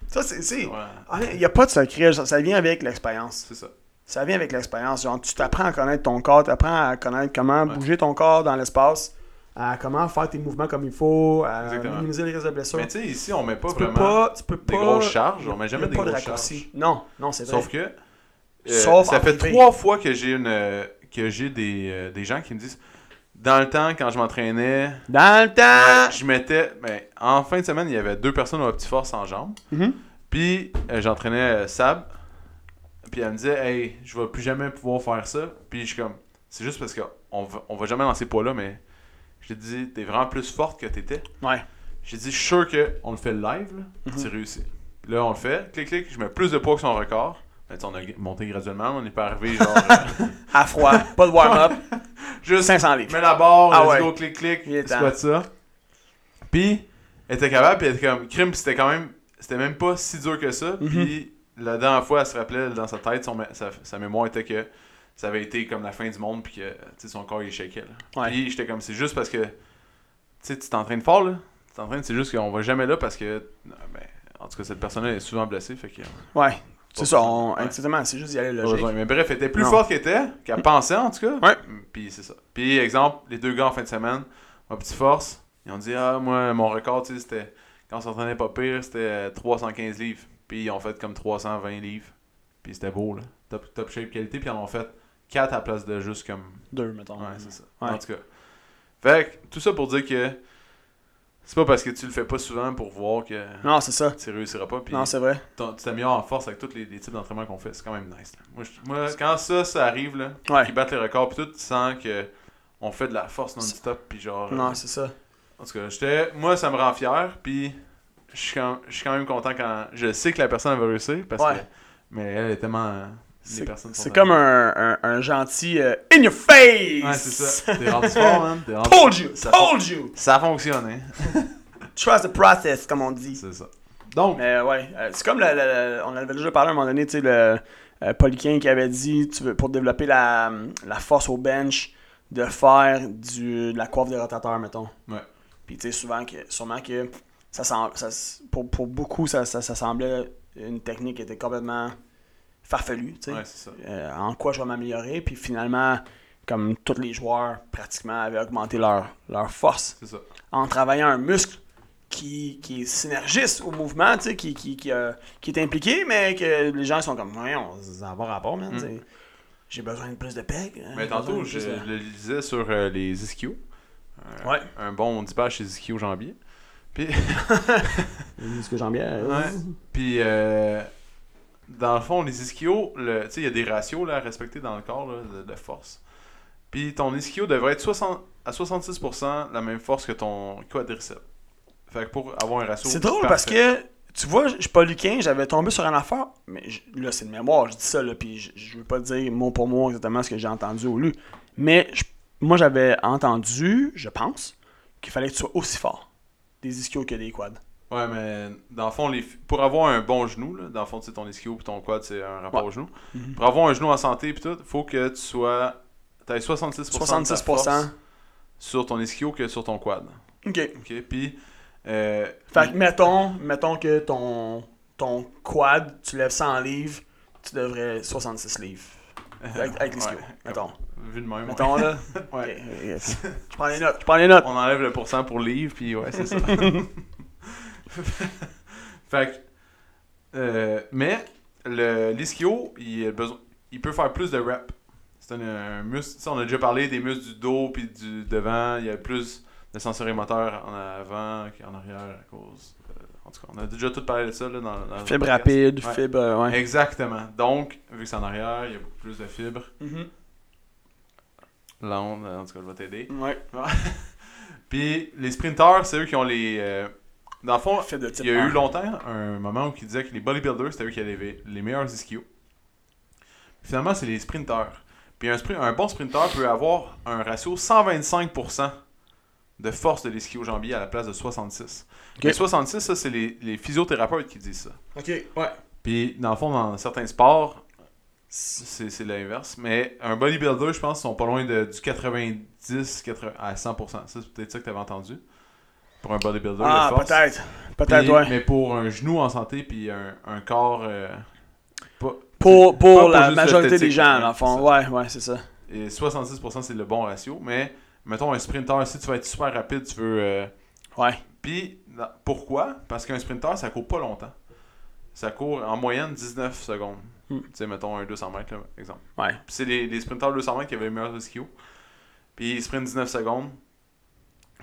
Ça c'est c'est- Ouais, Ah, il y a pas de secret, ça, ça vient avec l'expérience. c'est ça. Ça vient avec l'expérience. Genre tu t'apprends à connaître ton corps, tu apprends à connaître comment Ouais. bouger ton corps dans l'espace, à comment faire tes mouvements comme il faut, à Exactement. minimiser les risques de blessure. Mais tu sais, ici, on met pas tu peux vraiment pas, tu peux des pas grosses charges. On met il y jamais a des pas de grosses raccourci. charges. Non, non, c'est vrai. Sauf que. euh, Eh Sauf ça en fait privé. trois fois que j'ai une euh, que j'ai des, euh, des gens qui me disent dans le temps quand je m'entraînais Dans le temps. je mettais ben, en fin de semaine il y avait deux personnes au petit force en jambes Mhm. Puis euh, j'entraînais euh, Sab. Puis elle me disait, hey, je vais plus jamais pouvoir faire ça. Puis je suis comme, c'est juste parce qu'on va, on va jamais dans ces poids-là, mais je te dis, t'es vraiment plus forte que t'étais. Ouais. J'ai dit, je suis sûr qu'on le fait live, là, tu réussis. Puis là, on le fait, clic, clic, je mets plus de poids que son record. Ben, tu sais, on a g- monté graduellement, on n'est pas arrivé genre. euh, À froid, pas de warm-up, juste, 500 livres. mets la barre, Ah let's ouais. go, clic, clic, Il est temps. squat ça. Puis, elle était capable, puis elle était comme, crime, puis c'était quand même, c'était même pas si dur que ça. Mm-hmm. Puis la dernière fois, elle se rappelait dans sa tête, son mé- sa, sa mémoire était que ça avait été comme la fin du monde, puis que tu sais, son corps il shakeait. là. Ouais. Puis j'étais comme, c'est juste parce que tu sais, tu t'entraînes fort, là. Tu t'entraînes, c'est juste qu'on va jamais là parce que. non, ben, en tout cas, cette personne-là est souvent blessée, fait que. (laughs) Ouais. C'est ça, on- Ouais. exactement, c'est juste y aller Pas logique. besoin. Mais bref, elle était plus Non. forte qu'elle était, qu'elle pensait en tout cas. Ouais. Puis c'est ça. Puis exemple, les deux gars en fin de semaine, ma petite force, ils ont dit Ah, moi, mon record, tu sais, c'était quand on s'entraînait pas pire, c'était euh, 315 livres. Puis ils ont fait comme 320 livres. Puis c'était beau, là. Top, top shape qualité. Puis ils en ont fait 4 à la place de juste comme. Deux, mettons. Ouais, c'est ça. Ouais. En tout cas. Fait que, tout ça pour dire que c'est pas parce que tu le fais pas souvent pour voir que Non, c'est ça. tu réussiras pas. Puis Non, c'est vrai. ton- tu t'améliores en force avec tous les, les types d'entraînement qu'on fait. C'est quand même nice. là. Moi, je- moi, quand ça, ça arrive, là, Ouais. qui battent les records, puis tout, tu sens que on fait de la force non-stop, puis genre... euh, Non, c'est ça. en tout cas, j'étais... Moi, ça me rend fier, puis je suis quand, je suis quand même content quand... Je sais que la personne elle va réussir, parce Ouais. que... Mais elle est tellement... euh, les C'est- personnes sont C'est tellement- comme un, un, un gentil euh, in your face. Ouais, c'est ça. T'es rendu fort, man. T'es rendu- (laughs) Told you, Ça- told you. Ça fonctionne, hein. Trust the process, comme on dit. C'est ça. Donc, Mais ouais, euh, c'est comme le- le- le- on avait déjà parlé à un moment donné, tu sais, le euh, Poliquin qui avait dit tu veux, pour développer la, la force au bench de faire du, de la coiffe de rotateur, mettons. Ouais. Puis tu sais, souvent que, sûrement que ça, sem- ça s- pour, pour beaucoup, ça, ça, ça semblait une technique qui était complètement farfelue, tu sais. ouais, c'est ça. Euh, en quoi je vais m'améliorer. Puis finalement, comme tous les joueurs pratiquement avaient augmenté leur, leur force C'est ça. en travaillant un muscle qui, qui est synergiste au mouvement, tu sais, qui, qui, qui, euh, qui est impliqué, mais que les gens sont comme, voyons, ça va pas rapport, man. Mm. tu sais. J'ai besoin de plus de pegs. hein, Mais j'ai besoin tantôt, de je plus de- le lisais sur euh, les ischios. Euh, Ouais. Un bon 10 pages chez Ischio Jambier. Puis, Ce que j'en bien. Ouais. puis euh, dans le fond, les ischios, le- tu sais, il y a des ratios là, à respecter dans le corps là, de, de force. Puis ton ischio devrait être 60, à 66% la même force que ton quadriceps. Fait que pour avoir un ratio. C'est drôle parce parfait. que, tu vois, je suis pas luquin, j'avais tombé sur un affaire, mais je- là, c'est de mémoire, je dis ça, là, puis je, je veux pas dire mot pour mot exactement ce que j'ai entendu ou lu. Mais je- moi, j'avais entendu, je pense, qu'il fallait que tu sois aussi fort des ischios que des quads. Ouais, mais dans le fond, les, pour avoir un bon genou, là, dans le fond, tu sais, ton ischio puis ton quad, c'est un rapport Ouais. au genou. Mhm. Pour avoir un genou en santé puis tout, faut que tu sois. T'as 66%, de ta 66%. force sur ton ischio que sur ton quad. Ok. OK? Puis. euh, Fait que, mettons, mettons que ton, ton quad, tu lèves 100 livres, tu devrais 66 (laughs) livres. Avec, avec l'ischio, Ouais, comme- mettons. Vu de même. Mettons, là. ouais. (laughs) Ok, Ouais. (laughs) yes. Je prends les notes, je prends les notes. On enlève le pourcent pour livre, puis ouais, c'est ça. (laughs) fait que. euh, mais, le- l'ischio, il, a besoin- il peut faire plus de reps. C'est un, un muscle. tu sais, on a déjà parlé des muscles du dos puis du devant. Il y a plus de sensorimoteur en avant qu'en arrière à cause. euh, en tout cas, on a déjà tout parlé de ça là, dans, dans le Fibre podcast. rapide, Ouais. fibre, euh, ouais. Exactement. Donc, vu que c'est en arrière, il y a beaucoup plus de fibres. Mhm. L'onde, en tout cas, je vais t'aider. Ouais. Puis les sprinters, c'est eux qui ont les. euh, Dans le fond, Fait de type il y a eu un. longtemps un moment où ils disaient que les bodybuilders, c'était eux qui avaient les, les meilleurs ischios. Finalement, c'est les sprinters. Puis un, sprin- un bon sprinter peut avoir un ratio 125% de force de l'ischio jambier à la place de 66. Ok. Les 66, ça, c'est les, les physiothérapeutes qui disent ça. Ok, ouais. Puis dans le fond, dans certains sports, c'est c'est l'inverse. Mais un bodybuilder, je pense, sont pas loin de, du 90 80 à 100%. Ça, c'est peut-être ça que t'avais entendu. Pour un bodybuilder, Ah, de force. peut-être. Peut-être, Puis- ouais. Mais pour un genou en santé, puis un, un corps. euh, pas- Pour, pas pour pour la juste majorité des l'esthétique, gens, ouais, dans le fond. c'est Ouais, ouais, c'est ça. et 66%, c'est le bon ratio. Mais mettons un sprinter, si tu vas être super rapide, tu veux. euh, Ouais. Puis na- pourquoi Parce qu'un sprinter, ça court pas longtemps. Ça court en moyenne 19 secondes. Hmm. Tu sais, mettons un 200 mètres, là, exemple. Ouais. Puis c'est les, les sprinteurs 200 mètres qui avaient le meilleur ischio. Puis ils sprintent 19 secondes.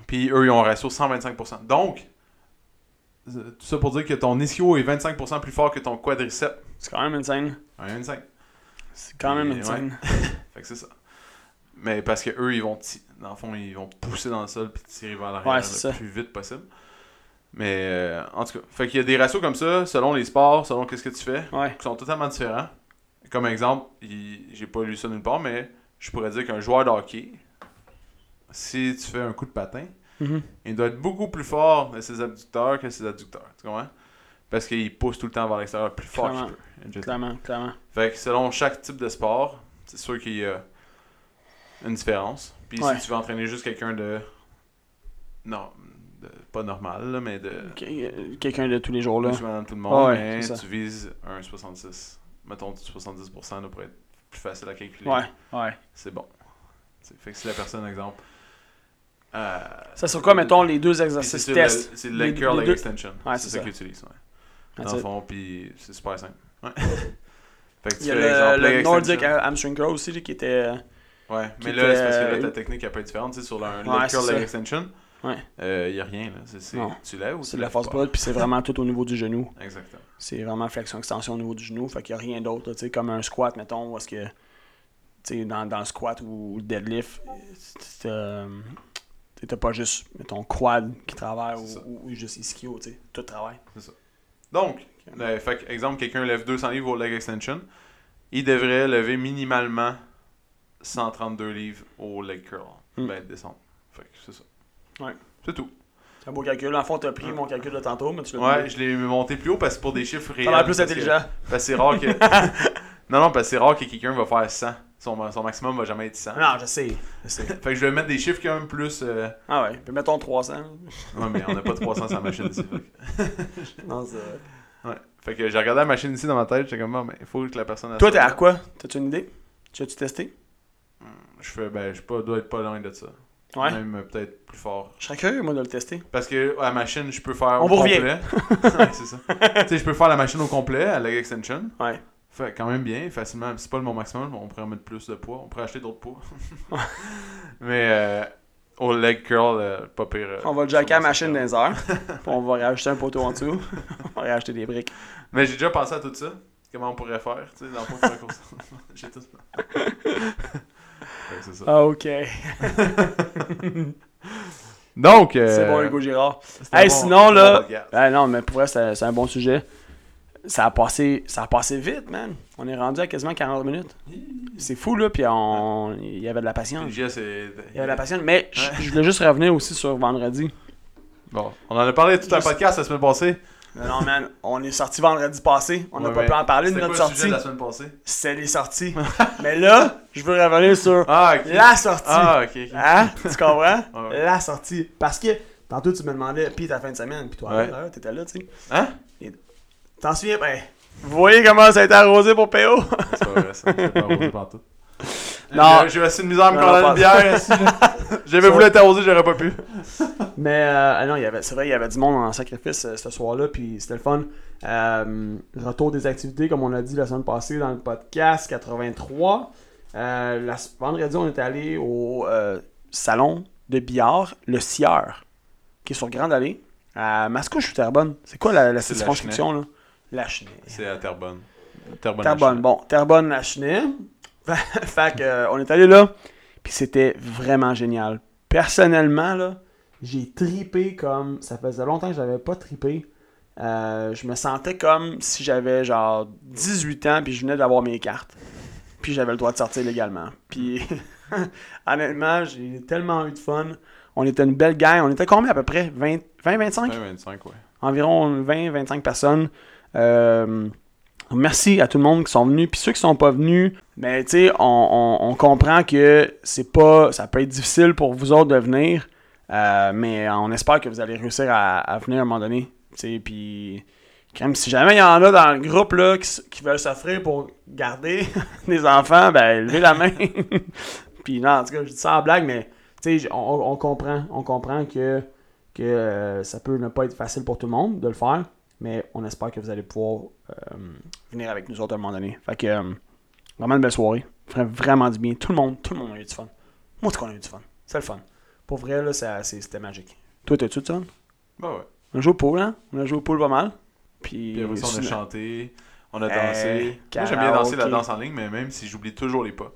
Puis eux, ils ont un ratio 125%. Donc, euh, tout ça pour dire que ton ischio est 25% plus fort que ton quadriceps. C'est quand même insane. Un 25. C'est quand même Et insane. Fait que c'est ça. Mais parce que eux, ils vont, ti- dans le fond, ils vont pousser dans le sol puis tirer vers l'arrière Ouais, le c'est ça. plus vite possible. Mais euh, en tout cas, fait qu'il y a des ratios comme ça, selon les sports, selon qu'est-ce que tu fais, Ouais. qui sont totalement différents. Comme exemple, il- j'ai pas lu ça nulle part, mais je pourrais dire qu'un joueur de hockey, si tu fais un coup de patin, Mhm. il doit être beaucoup plus fort de ses abducteurs que ses adducteurs. Tu comprends? parce qu'il pousse tout le temps vers l'extérieur plus fort qu'il Clairement. peut. etc. Clairement, (laughs) clairement. Fait que selon chaque type de sport, c'est sûr qu'il y a une différence. Puis Ouais. si tu veux entraîner juste quelqu'un de. Non, de- pas normal, là, mais de. Que- Quelqu'un de tous les jours, là. Monsieur, madame, tout le monde, Ah ouais, mais c'est ça. tu vises un 66. Mettons du 70% là, pour être plus facile à calculer. Ouais, ouais. C'est bon. T'sais, fait que si la personne, exemple. euh, Ça sur quoi, mettons, les deux puis exercices c'est sur tests? le- C'est Les- le curl leg les deux- extension. Ouais, c'est c'est ça, ça. qu'ils utilisent. Ouais. Dans That's le it. fond, puis c'est super simple. (laughs) Ouais. fait que tu Il y a fais l'exemple le, le leg Nordic extension. Hamstring Curl aussi, là, qui était... euh, Ouais, qui mais là, c'est parce que était- là, ta technique, elle peut être différente. Tu sais, sur le le Ouais, curl c'est leg ça. extension, Ouais. euh, il n'y a rien. Là. C'est- c'est- Non. Tu lèves ou C'est tu de la lèves force pas? brute, puis c'est vraiment tout au niveau du genou. Exactement. C'est vraiment flexion-extension au niveau du genou. Fait qu'il n'y a rien d'autre. là, tu sais, Comme un squat, mettons, où est-ce que. Tu sais, dans, dans le squat ou le deadlift, c'est, euh, tu sais, t'as pas juste, mettons, quad qui travaille C'est ça. ou, ou juste ischio, tu sais. Tout travaille. Donc, euh, fait que, exemple, quelqu'un lève 200 livres au leg extension, il devrait lever minimalement 132 livres au leg curl. Mm. Ben, descendre. Fait que c'est ça. Ouais. C'est tout. C'est un beau calcul. En fond, t'as pris mon calcul de tantôt, mais tu l'as Ouais, je l'ai monté plus haut parce que pour des chiffres réels. T'as l'air plus parce que- intelligent. Parce que c'est rare que. (laughs) non, non, parce que c'est rare que quelqu'un va faire 100. Son, son maximum va jamais être 100. Non, (laughs) je sais. Je sais. Fait que je vais mettre des chiffres quand même plus. euh, Ah ouais. Puis mettons 300. Ouais, mais on n'a pas 300 sur la machine ici. Fait que- Non, c'est... Ouais. Fait que j'ai regardé la machine ici dans ma tête, j'étais comme, Ah, mais il faut que la personne. elle Toi, soit t'es à là. quoi T'as-tu une idée Tu as-tu testé Je fais, ben, je suis pas- dois être pas loin de ça. Ouais. Même euh, peut-être plus fort. Je serais curieux, moi, de le tester. Parce que à la machine, je peux faire On au vous revient. complet. (laughs) ouais, c'est ça. tu sais, je peux faire la machine au complet à leg extension. Ouais. Fait quand même bien, facilement. C'est pas mon maximum, on pourrait en mettre plus de poids. On pourrait acheter d'autres poids. (laughs) mais euh, au leg curl, euh, pas pire. euh, On va le jacker à la sur machine mon dans les heures. puis on va rajouter un poteau en dessous. (laughs) on va rajouter des briques. Mais j'ai déjà pensé à tout ça. Comment on pourrait faire, tu sais, dans le fond, faire comme ça. (laughs) J'ai tout. (laughs) Fait que c'est ça. Ah, Ok. Donc, euh, C'est bon, Hugo Girard. c'était Hey, bon- sinon, bon là. podcast. Ah non, mais pour vrai, c'est c'est un bon sujet. Ça a, passé, ça a passé vite, man. On est rendu à quasiment 40 minutes. C'est fou, là. Puis on- il y avait de la patience. Jess est- Il y avait de la patience. Mais je je voulais juste revenir aussi sur vendredi. Bon, on en a parlé tout un Juste- podcast la semaine passée. Mais non, man. On est sorti vendredi passé. On n'a Ouais, pas mais pu en parler de c'était notre quoi le sujet sortie. de la semaine passée. C'est (laughs) les sorties. mais là, je veux revenir sur Ah, ok. la sortie. Ah, ok. ok. Hein? Tu comprends? (laughs) Ouais, ouais. La sortie. Parce que tantôt, tu me demandais, puis ta fin de semaine, puis toi, Ouais. là, t'étais là, tu sais. Hein? T'en souviens? Ben, vous voyez comment ça a été arrosé pour PO? C'est pas vrai, ça. C'est pas arrosé (laughs) partout. Non. J'ai- J'ai assez de misère à me Non, coller une non, bière. si- (laughs) J'avais voulu être arrosé, j'aurais pas pu. Mais euh, ah non, il y avait- c'est vrai, il y avait du monde en sacrifice euh, ce soir-là, puis c'était le fun. Euh, retour des activités, comme on a dit la semaine passée dans le podcast 83. Euh, la, vendredi, on est allé au euh, Salon de billard, le Sieur, qui est sur Grande Allée, à Mascouche ou Terrebonne. C'est quoi la, la C'est circonscription, là? La Chenaie. C'est à Terrebonne. Terrebonne. Terrebonne, bon, Terrebonne, la (laughs) Chenaie. fait que, euh, on est allé là, puis c'était vraiment génial. Personnellement, là, j'ai tripé comme ça faisait longtemps que j'avais pas tripé. Euh, je me sentais comme si j'avais genre 18 ans puis je venais d'avoir mes cartes. Puis j'avais le droit de sortir légalement. Puis (laughs) honnêtement, j'ai tellement eu de fun. On était une belle gang. On était combien à peu près 20, 20 25 25, ouais. Environ 20, 25 personnes. Euh, merci à tout le monde qui sont venus. Puis ceux qui sont pas venus, mais tu sais, on, on- on comprend que c'est pas. ça peut être difficile pour vous autres de venir. euh, mais on espère que vous allez réussir à, à venir à un moment donné. Tu sais, puis. Comme si jamais il y en a dans le groupe là, qui, s- qui veulent s'offrir pour garder (laughs) des enfants, ben levez la main. (laughs) puis non, en tout cas, je dis ça en blague, mais Tu sais, j- on, on comprend, on comprend que, que euh, ça peut ne pas être facile pour tout le monde de le faire, mais on espère que vous allez pouvoir euh, venir avec nous autres à un moment donné. Fait que, euh, vraiment une belle soirée. Ferait vraiment du bien. Tout le monde, tout le monde a eu du fun. Moi, en tout cas, on a eu du fun. C'est le fun. pour vrai là, ça- c'est- c'était magique. Toi, t'as-tu du fun? Bah ouais. On a joué au pool, hein? On a joué au pool pas mal. Puis, Puis après ça, on a sinon- chanté, on a Hey, dansé. Moi, j'aime bien danser la Eh, karaoké. danse en ligne, mais même si j'oublie toujours les pas.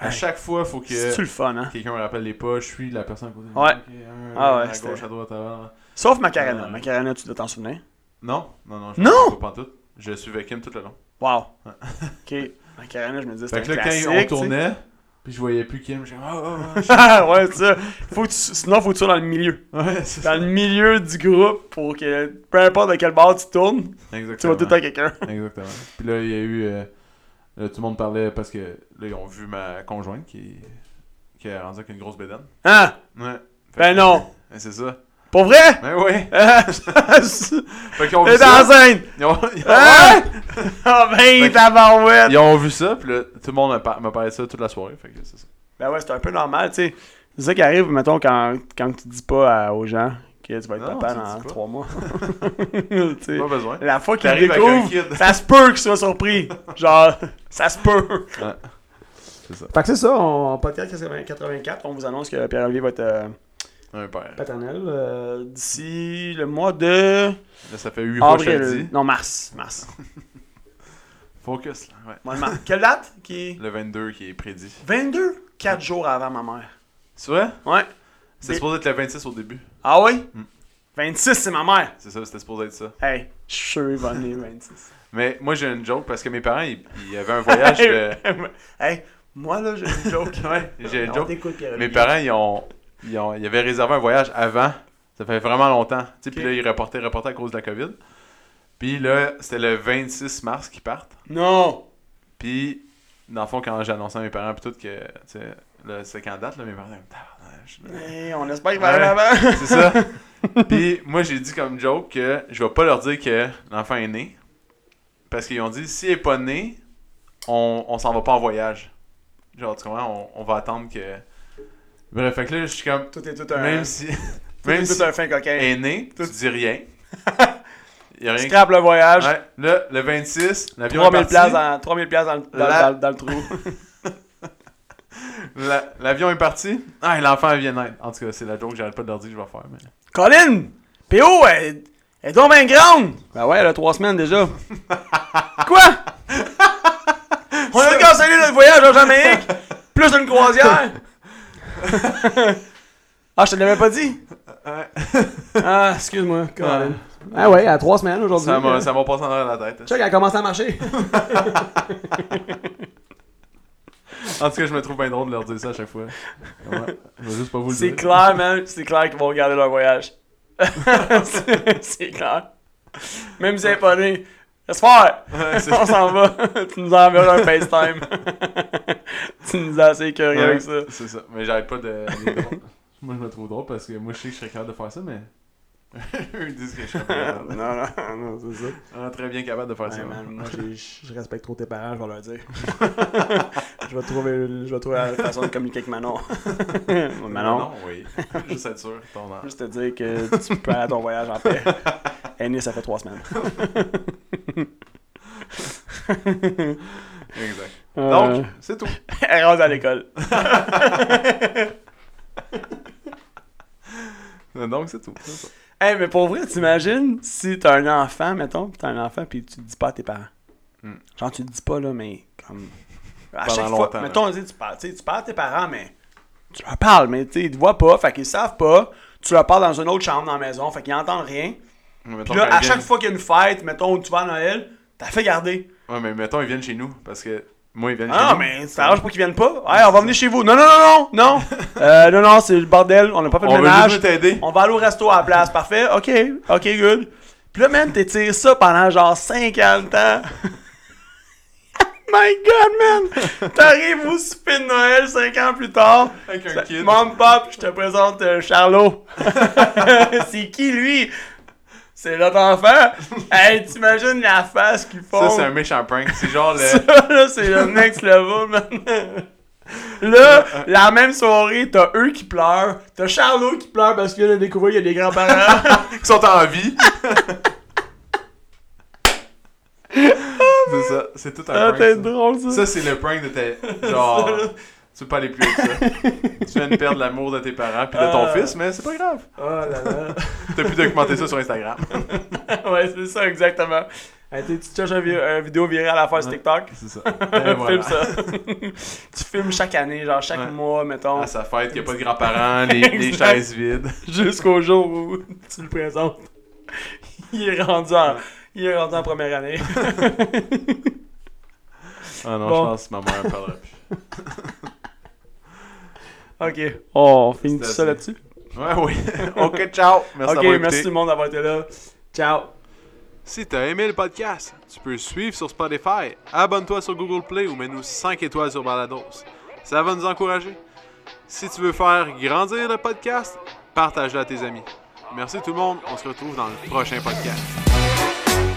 À Hey. chaque fois, faut que C'est-tu le fun, hein? quelqu'un me rappelle les pas. Je suis la personne à côté de Ouais. Ok, un, Ah ouais, à c'était- gauche, à droite, avant. Sauf Macarena. Euh, Macarena, tu dois t'en souvenir. Non, non, non. Je Non! me rappelle pas pantoute. Je suivais Kim tout le long. Wow. OK. Macarena, je me disais, Fait c'était que un là, classique. quand on tu sais. tournait, Puis je voyais plus Kim. J'étais comme, Ah, ah, (laughs) ouais, c'est ça. Faut que tu- Sinon, faut que tu sois dans le milieu. ah. Ouais, c'est ça. Dans le milieu du groupe pour que peu importe de quel bord tu tournes, tu Exactement. vas tout le temps quelqu'un. Exactement. Puis là, il y a eu. euh, là, tout le monde parlait parce que là, ils ont vu ma conjointe qui, qui est rendue avec une grosse bédaine. Hein? Ouais. Fait Ben que- non! Ben, c'est ça. Pour vrai? (laughs) Ben oui. Hein? T'es Fait qu'ils ont vu ça. dans scène! Ils ont, ils ont- Hein? (laughs) Ah Fait ben, que- tabarouette! ils ont vu ça, puis là, tout le monde m'a par- m'a parlé de ça toute la soirée. Fait que c'est ça. Ben ouais, c'est un peu normal, tu sais. C'est ça qui arrive, mettons, quand, quand tu dis pas à- aux gens que tu vas être Non, papa tu le dis dans pas. trois mois. (laughs) Tu sais, Pas besoin. la fois qu'ils T'arrives avec un découvrent, kid. ça se peut qu'ils soient surpris. Genre, ça se peut. C'est ça. Fait que c'est ça, on Podcast 84, on vous annonce que Pierre-Olivier va être euh, Un père. paternel. euh, d'ici le mois de Là, ça fait 8 fois que je te le avril. dis. Non, mars. Mars. Focus, là. Ouais. Mois de mars. Quelle date qui est Le 22 qui est prédit. 22, 4 jours avant ma mère. C'est vrai? Ouais. C'est Mais- supposé être le 26 au début. Ah oui? Mm. 26, c'est ma mère. C'est ça, c'était supposé être ça. Hey, je suis sûr qu'il va venir (laughs) 26. Mais moi, j'ai une joke parce que mes parents, ils, ils avaient un voyage. euh, (laughs) hey, moi là, j'ai une joke. (laughs) ouais, j'ai une joke. t'écoute, Pierre-Olivier. Mes parents, ils ont, ils ont- ils avaient réservé un voyage avant. Ça fait vraiment longtemps. Tu sais, Puis Ok. là, ils reportaient, reportaient à cause de la COVID. Puis là, c'était le 26 mars qu'ils partent. Non! Puis, dans le fond, quand j'ai annoncé à mes parents, puis tout, que, tu sais, là, c'est quand date, là, mes parents, ah, Tabarnage, là. Hey, on espère qu'il va Ouais. arriver avant. (laughs) c'est ça. Puis, moi, j'ai dit comme joke que je vais pas leur dire que l'enfant est né. Parce qu'ils ont dit, s'il est pas né, on, on s'en va pas en voyage. Genre, tu comprends, on, on va attendre que. Bref, fait que là, je suis comme. (laughs) Tout est tout un. Même (laughs) si. (laughs) tout Même est tout si un fin coquin. est né, tu dis (laughs) rien. Il y a rien. Scrape le voyage. Ouais, là, le 26, l'avion est 3000 parti. places hein. dans, 3000 places dans, le- dans, La- dans- dans le trou. La- L'avion est parti. Ah, et l'enfant vient naître. En tout cas, c'est la joke que j'arrête pas de leur dire que je vais faire. Mais... Colin! PO, elle, elle est donc bien grande! Ben ouais, elle a 3 semaines déjà. (laughs) Quoi? on a cancellé (laughs) notre voyage en Jamaïque! Plus d'une croisière! (laughs) ah, je te l'avais pas dit? Ah, excuse-moi, Colin. Ah ouais, à trois semaines aujourd'hui. Ça m'a ça m'a passé en arrière de la tête. Check, elle a commencé à marcher. En tout cas, je me trouve bien drôle de leur dire ça à chaque fois. Ouais, je vais juste pas vous le dire. (laughs) C'est clair, man. C'est clair qu'ils vont regarder leur voyage. (laughs) C'est- c'est clair. Même si elle est pas née. Laisse faire! Ouais, c'est- On s'en va. (laughs) tu nous enverras un FaceTime. (laughs) tu nous as assez curieux Ouais, avec ça. C'est ça. Mais j'arrête pas de. d'être drôle. moi, je me trouve drôle parce que moi, je sais que je serais capable de faire ça, mais. (laughs) Ils disent que je suis non, capable. non, non, c'est ça. Ah, très bien capable de faire ça. hein. Ouais, man, moi, j'ai- Je respecte trop tes parents, je vais leur (laughs) dire. (laughs) je vais trouver, je vais trouver la façon de communiquer (laughs) avec Manon. Manon, Manon, oui. (laughs) Juste être sûr. Ton âge. juste te dire que tu peux aller à ton voyage (laughs) en paix. Aîné, ça fait trois semaines. Exact. (laughs) Euh, (laughs) Donc, c'est (laughs) tout. elle rentre à l'école. Donc, c'est tout. C'est ça. Hey, mais pour vrai, t'imagines si t'as un enfant, mettons, pis t'as un enfant, puis tu le dis pas à tes parents. Hmm. Genre, tu le dis pas, là, mais comme. À Pendant chaque fois, longtemps, là. mettons, tu sais, tu parles, tu sais, tu parles à tes parents, mais tu leur parles, mais tu sais, ils te voient pas, fait qu'ils savent pas. Tu leur parles dans une autre chambre dans la maison, fait qu'ils entendent rien. Mettons Puis là, quand à ils chaque viennent- fois qu'il y a une fête, mettons, où tu vas à Noël, t'as fait garder. Ouais, mais mettons, ils viennent chez nous. Parce que moi, ils viennent chez Ah, nous. mais tu t'arranges pour qu'ils (laughs) viennent pas. Hey, on va venir chez vous. Non, non, non, non, non. Euh, non, non, c'est le bordel. On n'a pas fait le On veut ménage. juste t'aider. On va aller au resto à la place. Parfait. OK. OK, good. Puis là, man, t'étires ça pendant genre 50 ans. (laughs) My God, man! T'arrives au souper de Noël 5 ans plus tard. Avec Ça- un kid. Mom, pop, je te présente euh, Charlot. (laughs) c'est qui, lui? C'est (laughs) notre enfant. Hey, t'imagines la face qu'ils font? Ça, c'est un méchant prank. C'est genre le. Oh. (laughs) Ça, là, c'est le next level, man. Là, la même soirée, t'as eux qui pleurent, t'as Charlot qui pleure parce qu'il a découvert qu'il y a des grands-parents. qui sont en vie. c'est ça, c'est tout un (laughs) Ah, prank. t'es ça. drôle, ça. Ça, c'est le prank de tes. Genre, tu peux pas aller plus haut que ça. tu viens de perdre l'amour de tes parents puis de ton Ah. fils, mais c'est pas grave. Oh là là. T'as pu documenter ça sur Instagram. (laughs) ouais, c'est ça, exactement. Hey, t'es- tu cherches un, vi- un vidéo virale à faire sur TikTok. C'est ça. (laughs) Et Filme Ben voilà. ça. tu filmes chaque année, genre chaque Ouais. mois, mettons. À sa fête, qu'il n'y a pas de grands-parents, les, les Exact. chaises vides. Jusqu'au jour où (laughs) tu le présentes. (laughs) Il est rendu en, il est rendu en première année. (laughs) Ah non, Bon. Ah je pense que ma mère en parlera plus. Ok. Oh, on finit C'était ça assez. là-dessus. Ouais, oui. OK, ciao. Merci Ok, d'avoir écouté. merci tout le monde d'avoir été là. Ciao. Si t'as aimé le podcast, tu peux le suivre sur Spotify, abonne-toi sur Google Play ou mets-nous 5 étoiles sur Balados. Ça va nous encourager. Si tu veux faire grandir le podcast, partage-le à tes amis. Merci tout le monde, on se retrouve dans le prochain podcast.